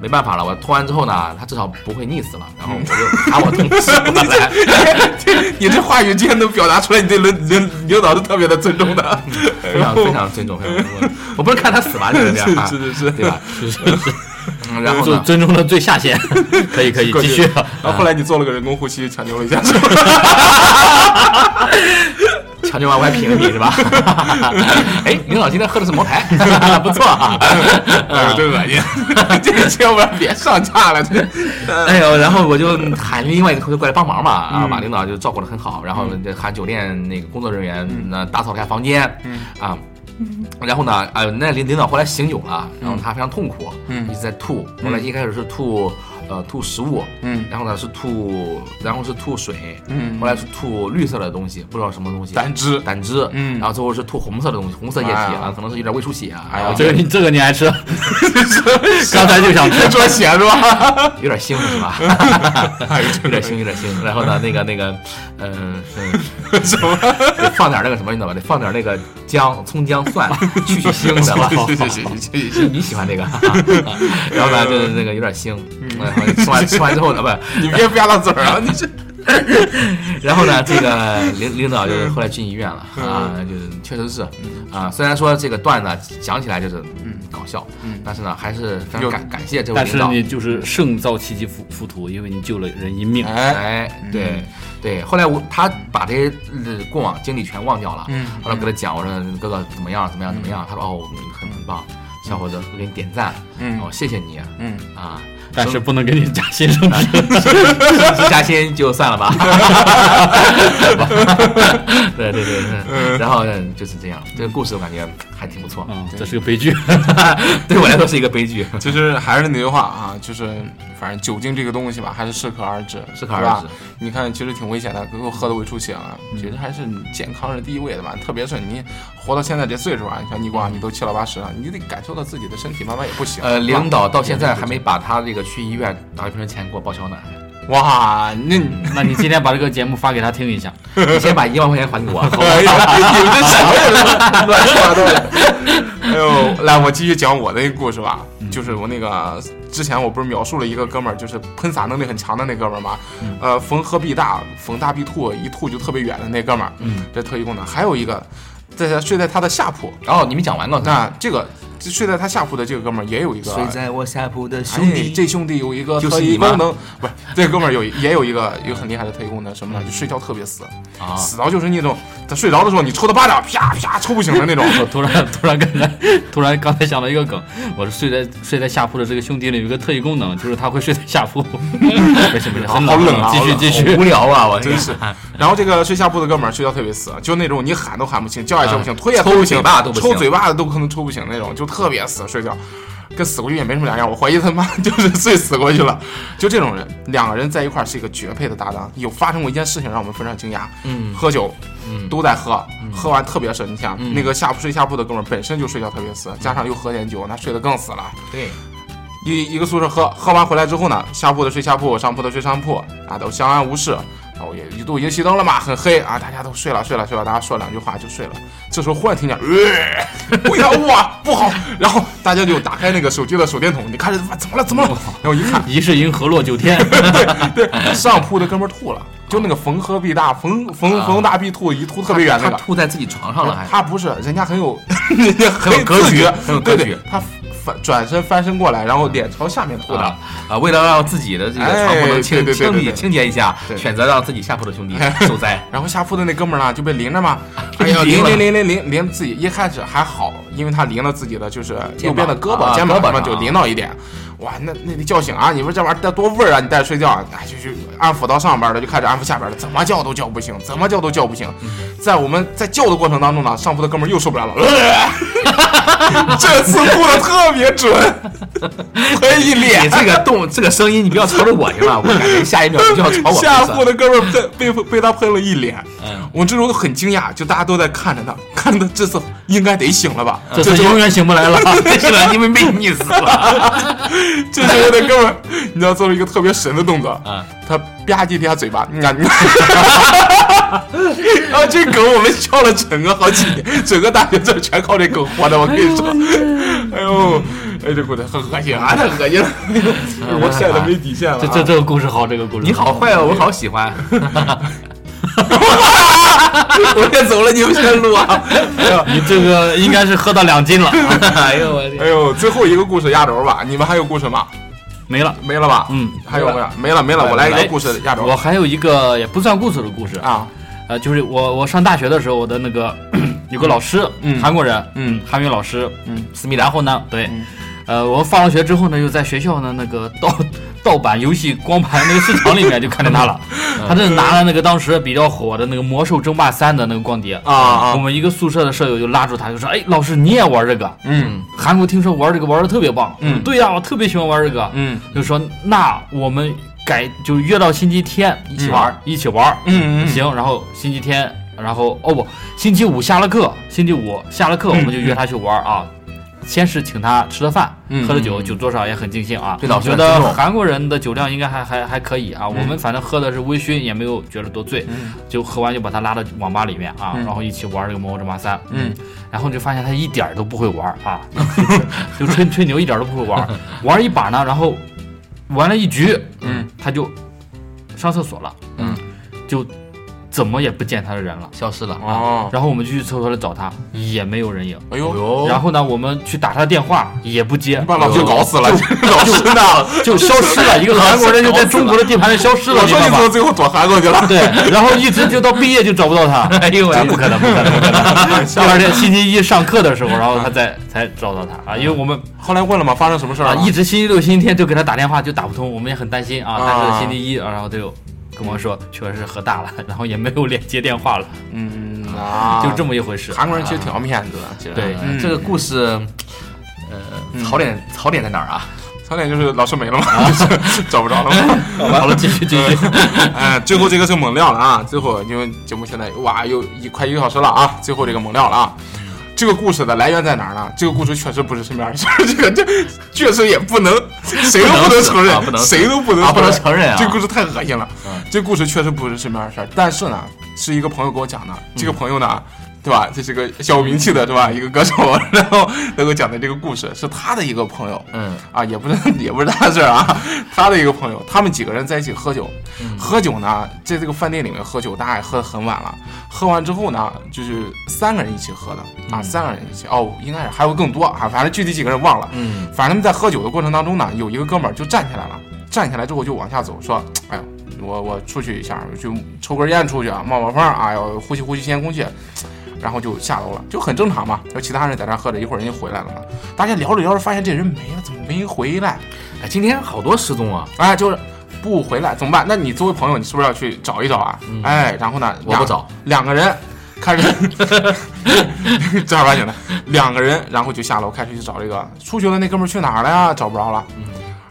没办法了，我拖完之后呢，他至少不会溺死了。然后我 就拿我同事过来，
你这话语间能表达出来，你对领领领导是特别的尊重的，
非常非常尊重，非常尊重。我不是看他死吧，就是这样啊，
是是是
对吧？嗯
嗯，然后
就
呢？
尊重了最下限，可以可以
过
继
去
续。
然后后来你做了个人工呼吸，抢救了一下，
抢救完我还品了你是吧？ 哎，领导今天喝的是茅台， 不错啊。
哎呦，真恶心！这个节目别上架了，这
哎呦，然后我就喊另外一个同学过来帮忙嘛，啊，
嗯
把领导就照顾的很好，然后就喊酒店那个工作人
嗯
员那打扫了一下房间，啊，然后呢，啊，那领领导后来醒酒了，然后他非常痛苦，
嗯
一直在吐，后来一开始是吐。呃，吐食物，
嗯
然后呢是吐，然后是吐水，
嗯
后来是吐绿色的东西，不知道什么东西，
胆汁
胆汁，
嗯
然后最后是吐红色的东西，红色液体
哎呀
啊，可能是有点胃出血啊，
哎呀
然后
这个你这个你还 吃？刚才就想吃
这。说闲是吧？
有点腥是吧？
哎呦，
有
真
点
恶
腥，
心！
有点腥。然后呢，那个那个，嗯、是
什么？
得放点那个什么，你知道吧？得放点那个姜、葱、姜、蒜， 去去腥，你知道吧？
行行行行行，
你喜欢这个，啊然后呢，就是那个有点腥，然后吃完吃完之后呢，不，
你别吧嗒嘴儿啊！你这
然后呢，这个领领导就是后来进医院了啊，就是确实是啊，虽然说这个段子啊讲起来就是嗯搞笑，但是呢，还是非常
有
感感谢这位
但是
领导。
你就是胜造其极浮浮屠，因为你救了人一命。
哎，
哎，对对，后来我他把这些呃过往经历全忘掉了，
嗯
后来我跟他讲，我说哥哥怎么样怎么样怎么样，他说哦很很棒，小伙子，我给你点赞，
嗯
哦谢谢你啊
嗯，
啊，
但是不能给你加薪 升职。
不加薪就算了吧， 对对对，嗯然后嗯就是这样，这个故事我感觉还挺不错，
嗯，这是个悲剧。
对我来说是一个悲剧，
其实还是那句话啊，就是反正酒精这个东西吧，还是适可而止，嗯
适可而
是吧
止。
你看，其实挺危险的，给我喝的胃出血了。其实还是健康是第一位的吧，特别是你活到现在这岁数啊，你像你光你都七老八十了，你得感受到自己的身体慢慢也不行。
呃，
是吧
领导到现在还没把他这个去医院打一瓶钱给我报销呢，
哇，那你
那你今天把这个节目发给他听一下。
你先把一万块钱还给我，好吧
哎呀，你们这什么人？乱说八道的。哎呦，来，我继续讲我的一个故事吧。就是我那个之前我不是描述了一个哥们儿，就是喷洒能力很强的那哥们儿嘛。呃，逢喝必大，逢大必吐，一吐就特别远的那哥们儿。嗯，这特异功能。还有一个，在他睡在他的下铺。
然哦后你们讲完了，
那这个睡在他下铺的这个哥们儿也有一个
睡在我下铺的兄
哎
弟，，
这兄弟有一个
就
特
是
异
你吗
功能，不是这哥们儿有一也有一个一个很厉害的特异功能，什么呢？就睡觉特别死，
啊
死到就是那种他睡着的时候，你抽他巴掌，啪啪抽不醒的那种。
我突然突然刚才突然刚才想到一个梗，我是睡在睡在下铺的这个兄弟里有一个特异功能，就是他会睡在下铺。没事没事，很
好冷啊
继续
好冷
继
好
续。
无聊啊，我
真是，然后这个睡下铺的哥们儿睡觉特别死，就那种你喊都喊不醒，叫也叫不醒，推也推不
啊抽嘴
醒，
巴都不行
抽嘴巴都可能抽不醒那种，就特别死睡觉，跟死过去也没什么两样。我怀疑他妈 就是睡死过去了。就这种人，两个人在一块儿是一个绝配的搭档。有发生过一件事情让我们非常惊讶，
嗯
喝酒，
嗯
都在喝，喝完特别深。你想、那个下铺睡下铺的哥们儿本身就睡觉特别死，加上又喝点酒，那睡得更死了。
对，
一一个宿舍喝，喝完回来之后呢，下铺的睡下铺，上铺的睡上铺，啊，都相安无事。哦，也一度已经熄灯了嘛，很黑啊，大家都睡了，睡了，睡了，大家说两句话就睡了。这时候忽然听见，呃，不要我，不好！然后大家就打开那个手机的手电筒，你看这怎么了，怎么了？然后一看，
一世银河落九天，
对，上铺的哥们儿吐了，就那个逢喝必大，逢
啊
逢逢大必吐，一吐特别远那
他
个。
吐在自己床上了，还
他不是，人家很有， 人家很
很有格局
自
很有
对
格
对
局
他翻转身翻身过来，然后脸朝下面吐的。
啊啊，为了让自己的这个床铺能
哎
清
对对对
清
对
理
对
清洁一下，
对
选择让自己下铺 的兄弟受灾。
然后下铺的那哥们儿呢就被淋着 嘛，哎
被
呀，淋
淋了
淋淋淋淋淋自己一开始还好，因为他淋了自己的就是右边的胳
啊
膊、肩膀
胳膊
上面就
上
淋到一点，哇，那那你叫醒啊，你说这玩意儿带多味儿啊，你带着睡觉啊，哎，就去安抚到上边的，就开始安抚下边的，怎么叫都叫不醒，怎么叫都叫不醒，
嗯
在我们在叫的过程当中呢，上铺的哥们儿又受不了了， 呃这次吐的特别 准，喷一脸
你。这个动这个声音，你不要朝着我行吗？我感觉下一秒你就要朝我过去
下
了
铺的哥们儿被被被他喷了一脸，我这时候很惊讶，就大家都在看着他，看着他这次应该得醒了吧？
这
这
次
时
永
候
远醒不来了。
是吧？因为被溺死了。
这时候那哥们儿，你知道做了一个特别神的动作，
嗯
他吧唧一下嘴巴，你 看，你看然后这梗我们笑了整个好几年，整个大学这全靠这梗活的，我跟你说，哎呦，哎这姑娘很恶心啊，太恶心了， 我现在都没底线了啊，
这这这个故事好，这个故事
你好坏哦，我好喜欢。
我先走了，你们先录啊。
你这个应该是喝到两斤了。
哎呦我的
哎呦，最后一个故事压轴吧，你们还有故事吗？
没了。
没了吧？
嗯，
还有没有？没了没了，我来一个故事压
我
轴
还有一个也不算故事的故事，
啊，
呃，就是我我上大学的时候，我的那个有个老师，
嗯
韩国人，
嗯
韩语老师，
嗯，
思密达。然后呢，对
嗯，
呃，我放了学之后呢，就在学校呢那个盗 盗版游戏光盘那个市场里面就看见他 了，
嗯
他就拿了那个当时比较火的那个《魔兽争霸三》的那个光碟
啊啊
我们一个宿舍的舍友就拉住他，就说：“哎，老师你也玩这个？
嗯
韩国听说玩这个玩的特别棒。”
嗯
我说对呀、我特别喜欢玩这个。
嗯
就说那我们改就约到星期天一起玩，一起玩。
嗯嗯
行，然后星期天，然后哦不，星期五下了课，星期五下了课我
嗯
们就约他去玩啊。先是请他吃了饭，
嗯
喝了酒，
嗯
酒桌上也很尽兴啊。
对老师
觉
很
得
尊重
韩国人的酒量应该还还还可以啊。我们反正喝的是微醺，也没有觉得多醉，
嗯
就喝完就把他拉到网吧里面啊，
嗯
然后一起玩这个《魔兽争霸三》。
嗯，
然后就发现他一点儿都不会玩啊， 就吹吹牛一点儿都不会 玩，玩一把呢，然后玩了一局，
嗯，
他就上厕所了，
嗯，
就怎么也不见他的人了。
消失了。啊
哦，
然后我们就去厕所里找他，也没有人影。
哎呦，
然
后
后呢，我们去打他的电话也不接哦
你，把老师搞死了，老师呢？
就消失了。一个韩国人就在中国的地盘上消失了，
我
你
说你怎
知道
么
吧？
最后躲韩国 去了？
对，然后一直就到毕业就找不到他。哎呦，不可能，不可能，不可能。 第二天星期一上课的时候，然后他再才找到他啊，因为我们
后来问了吗？发生什么事儿
啊
了？
一直星期六、星期天就给他打电话就打不通，我们也很担心啊。但
啊
是星期一，然后他就跟我说确实喝大了，然后也没有脸接电话了，
嗯啊，
就这么一回事。
韩国人其实挺要面子的，其实
对
嗯
哎这个故事，呃，槽点槽点在哪儿啊？
槽点就是老师没了嘛， 就是找不着了嘛。
好了，继续继续。
哎，最后这个是猛料了啊！最后因为节目现在哇，又一快一个小时了啊！最后这个猛料了啊！这个故事的来源在哪儿呢？这个故事确实不是身边的事儿， 这个这确实也不能，谁都不能承认，
啊不能
谁都不能
啊，不能承认啊！
这故事太恶心了，
嗯
这故事确实不是身边的事儿，但是呢，是一个朋友给我讲的。这
嗯
个朋友呢，对吧？这是个小有名气的，对吧？一个歌手， 然后他给我讲的这个故事是他的一个朋友，
嗯
啊，也不是 也不是他的事儿啊，他的一个朋友，他们几个人在一起喝酒，喝酒呢，在这个饭店里面喝酒，大家也喝得很晚了。喝完之后呢，就是三个人一起喝的啊，三个人一起哦，应该是还有更多啊，反正具体几个人忘了。
嗯
反正他们在喝酒的过程当中呢，有一个哥们儿就站起来了，站起来之后就往下走，说：“哎呦，我我出去一下，就抽根烟出去啊，冒冒风，啊，要呼吸呼吸新鲜空气。”然后就下楼了，就很正常嘛。就其他人在那儿喝着，一会儿人就回来了嘛。大家聊着聊着，发现这人没了，怎么没回来？
哎，今天好多失踪啊！
哎，就是不回来怎么办？那你作为朋友，你是不是要去找一找啊？哎，然后呢，
嗯我不
两
找，
两个人开始正儿八经的两个人，然后就下楼开始去找这个出去了那哥们儿去哪儿了呀？找不着了。
嗯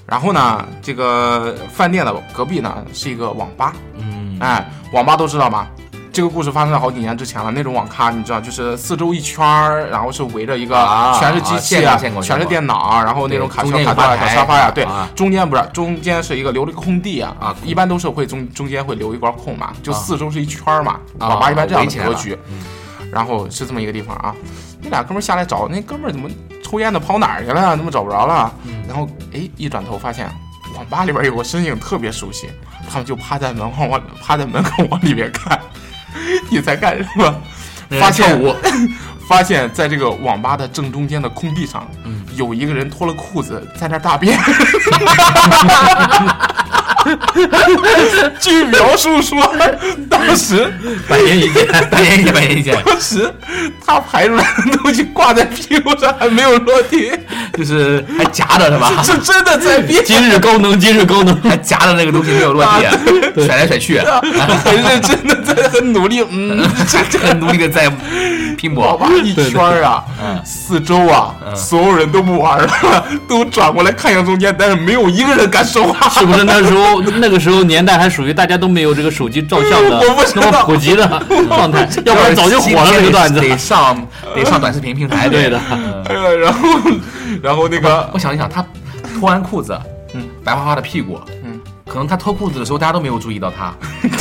然后呢，这个饭店的隔壁呢是一个网吧，
嗯
哎，网吧都知道吧？这个故事发生在好几年之前了。那种网咖，你知道，就是四周一圈儿，然后是围着一个，
啊
全是机器，
啊见过见过
全
见
是
过
电脑，然后那种
对
卡
中
车
间有
卡座
吧
啊、小
台
沙发呀，对
啊，
中间不是，中间是一个留了一个空地啊，
啊
一般都是会中中间会留一块空嘛，就
啊
四周是一圈儿嘛，
啊
网吧一般这样
围起
的
来
格
了嗯
局。然后是这么一个地方啊，那俩哥们儿下来找，那哥们儿怎么抽烟的跑哪儿去了？怎么找不着了？
嗯
然后哎，一转头发现网吧里边有个身影特别熟悉，他们就趴在门口往趴在门口往里面看，你在干什么？
那人
发现
跳舞，
发现在这个网吧的正中间的空地上，
嗯
有一个人脱了裤子在那儿大便。 据描述说，当时
百年一见，百年一见，百年一见，
当时他排出来的东西挂在屁股上还没有落地，
就是还夹着是吧？
是真的在憋
今日高能，今日高能。
还夹着那个东西没有落 地，啊甩来甩去，啊
很认啊真的在很努力，嗯，这
啊
这
很努力的在拼
网
搏。
吧一圈儿啊，
嗯
四周啊，
嗯
所有人都不玩了，都转过来看向中间，但是没有一个人敢说话。
是不是那时候那个时候年代还属于大家都没有这个手机照相的
我不知道
那么普及的
嗯
状态， 要不然早就火了这个段子。啊
得上 得上短视频平台。
对的，
哎呀，
嗯
然后，然后那个
我想一想，他脱完裤子，
嗯，
白花花的屁股，
嗯，
可能他脱裤子的时候大家都没有注意 到他，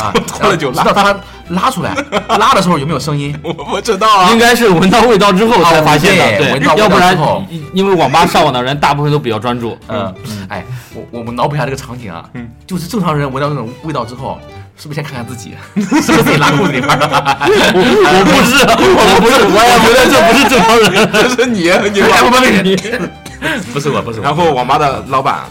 啊，
脱了就拉
直到他拉出来，拉的时候有没有声音？
我不知道啊
应，该是闻到味道之后才发现
哦
的，
对闻到
对，要
味道
不然
之后
因为网吧上网的人大部分都比较专注，
嗯，哎，我我我脑补一下这个场景啊，就是正常人闻到那种味道之后，是不是先看看自己， 是不是自己拉裤子里边了？
我我不是，
嗯
我不是，我也觉得这不是正常人。
这是你，你
哎
玩
不
吧
不不不不是我，不是我。
然后网吧的老板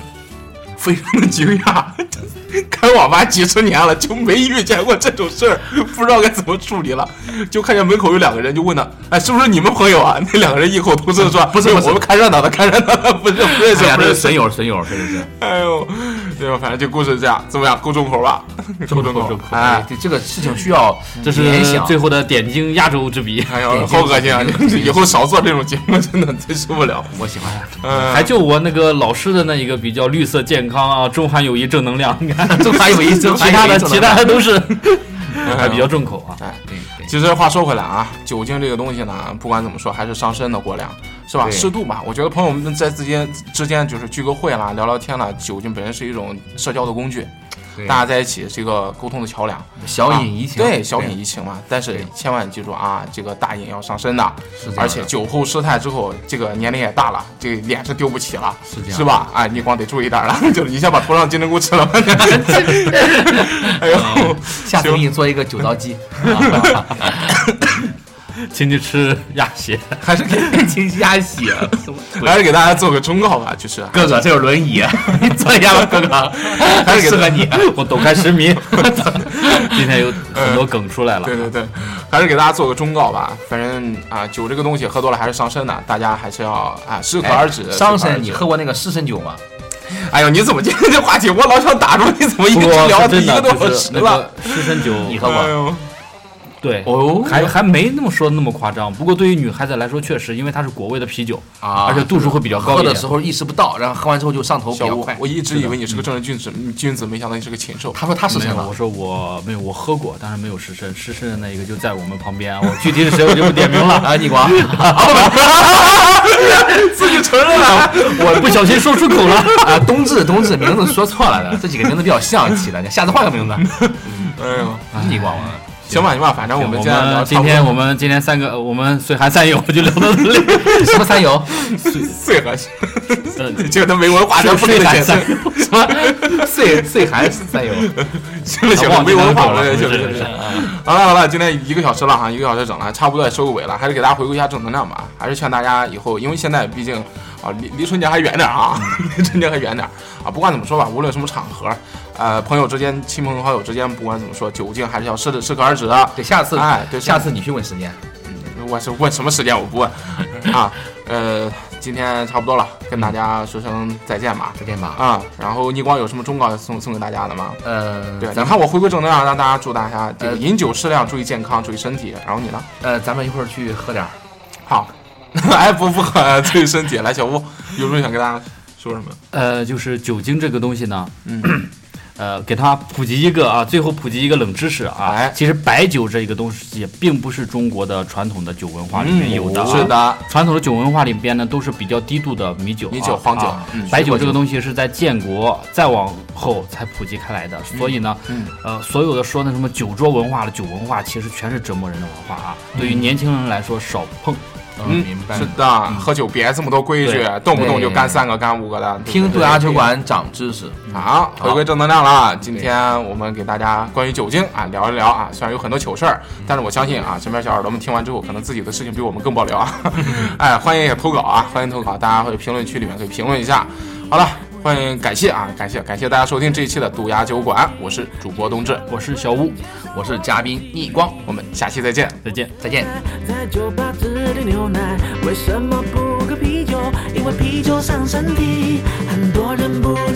非常的惊讶， 开网吧几十年了就没遇见过这种事儿，不知道该怎么处理了。就看见门口有两个人，就问他，哎，是不是你们朋友啊？那两个人异口同声地说，
不是
哎
不是
我们看热闹的，看热闹的，不是不认识
哎呀，
不
这
认
是
识
损。友损友，真的是。
哎呦，对吧？反正这故事是这样，怎么样？够重口吧？够重口
重口，
哎
哎，。这这个事情需要
这是
联想嗯
最后的点睛压轴之笔，
哎呦，好恶心啊！以后少做这种节目，真的真受不了。
我喜欢。
嗯，
还就我那个老师的那一个比较绿色健康啊，中韩友谊正能量，你看
中韩友 谊
其
中韩
他
友谊
的
中
其
韩
他的都是
还
嗯
还比较重口啊。
哎。
对对
其实话说回来啊，酒精这个东西呢，不管怎么说，还是伤身的过量，是吧？
对
适度吧。我觉得朋友们在之间之间就是聚个会啦，聊聊天啦，酒精本身是一种社交的工具，
对，
大家在一起是一个沟通的桥梁。
小饮怡情，
啊对，小饮怡情嘛。但是
对
千万记住啊，这个大饮要伤身的，
是这样的
而且酒后失态之后，这个年龄也大了，这个脸是丢不起了，
是这样的
吧？啊，你光得注意点儿了， 就是你先把头上金针菇吃了吧。 哎呦，
下次给你做一个酒糟鸡，啊
请你吃鸭血，
还是给
请鸭血。
还是给大家做个忠告吧，就是啊
哥哥，这有轮椅， 你坐一下吧，哥哥，
还 是给
适合你。
我抖开十 米，今天有很多梗出来了
对。对对，还是给大家做个忠告吧。反正啊，酒这个东西喝多了还是伤身的，大家还是要啊适可而止。适可
伤
而
哎身，
止
你喝过那个湿身酒吗？
哎呦，你怎么今天这话题我老想打住，你怎么一
不
直
过
聊
说
一
真
个
的，
多小
就是
时
那
了？
个湿身酒，嗯
你喝
哎
过？
呦，
对，
哦
还还没那么说的那么夸张。不过对于女孩子来说，确实因为它是国味的啤酒，
啊
而且度数会比较高
喝
一
的
点。
时候意识不到，然后喝完之后就上头比
小
较
吴
快，。
我一直以为
嗯
你是个正人君子，嗯君子没想到你是个禽兽。
他说他湿
没有，
身了
我，说我没有，我喝过，但是没有失身。失身的那一个就在我们旁边，我具体是谁我就不点名了。
啊，你光，
自己承认了，
我不小心说出口了。
啊，冬至冬至名字说错了的，这几个名字比较像起的，你下次换个名字。啊
哎呦，
你光我，
行吧行吧，反正我
哦我
们今天聊
们
差
今
不多
天我们今天三个，呃我们水寒三友就聊到这里。
什么三友？
最核心，
呃
这个他没文化，咱不给
水
他
寒
解释
三。友，
什么岁岁寒三友？
行了行了，
忘记
没
那
文
个
化
梗了
了，行了
是
行了
是是。
好了好了，今天一个小时了哈，一个小时整了，差不多也收个尾了，还是给大家回顾一下正能量吧。还是劝大家以后，因为现在毕竟啊离离春节还远点儿啊，
嗯
离春节还远点儿啊。不管怎么说吧，无论什么场合，呃，朋友之间、亲朋好友之间，不管怎么说，酒精还是要适适可而止。
对，下次
哎对
下次你去问时间。
我是问什么时间我不问啊。呃，今天差不多了，跟大家说声再见吧。
再见吧。
啊，然后逆光有什么忠告送送给大家的吗？
呃，
对，你
咱们
看我回归正能量，让大家祝大家这个
呃
饮酒适量，注意健康，注意身体。然后你呢？
呃，咱们一会儿去喝点儿。
好， 哎，不不喝，注意身体。来，小吴，有什么想跟大家说什么？
呃，就是酒精这个东西呢，
嗯，
呃，给它普及一个啊，最后普及一个冷知识啊。
哎
其实白酒这个东西也并不是中国的传统的酒文化里面有的、啊
嗯是的，
传统的酒文化里边呢，都是比较低度的米酒啊、
米酒黄酒
啊
嗯
白酒这个东西是在建国再往后才普及开来的，所以呢，
嗯
呃，所有的说那什么酒桌文化了，酒文化其实全是折磨人的文化啊。对于年轻人来说，少碰。
嗯，
明白
是。的，喝酒别这么多规矩，
对
动不动就干三个干五个的。
听啊
杜
杜
牙
牙酒。馆长知识，
好，回归正能量了。啊今天我们给大家关于酒精啊聊一聊啊，虽然有很多糗事儿，但是我相信啊，身边小耳朵们听完之后，可能自己的事情比我们更爆料啊。 哎，欢迎也投稿啊，欢迎投稿，大家会评论区里面可以评论一下。好了，欢迎感谢啊，感谢感谢大家收听这一期的杜牙酒馆，我是主播冬至，
我是小五，
我是嘉宾逆光，
我们下期再见。
再见。
再见。
在酒吧只点牛奶，为什么不喝啤酒？因为啤酒伤身体，很多人不知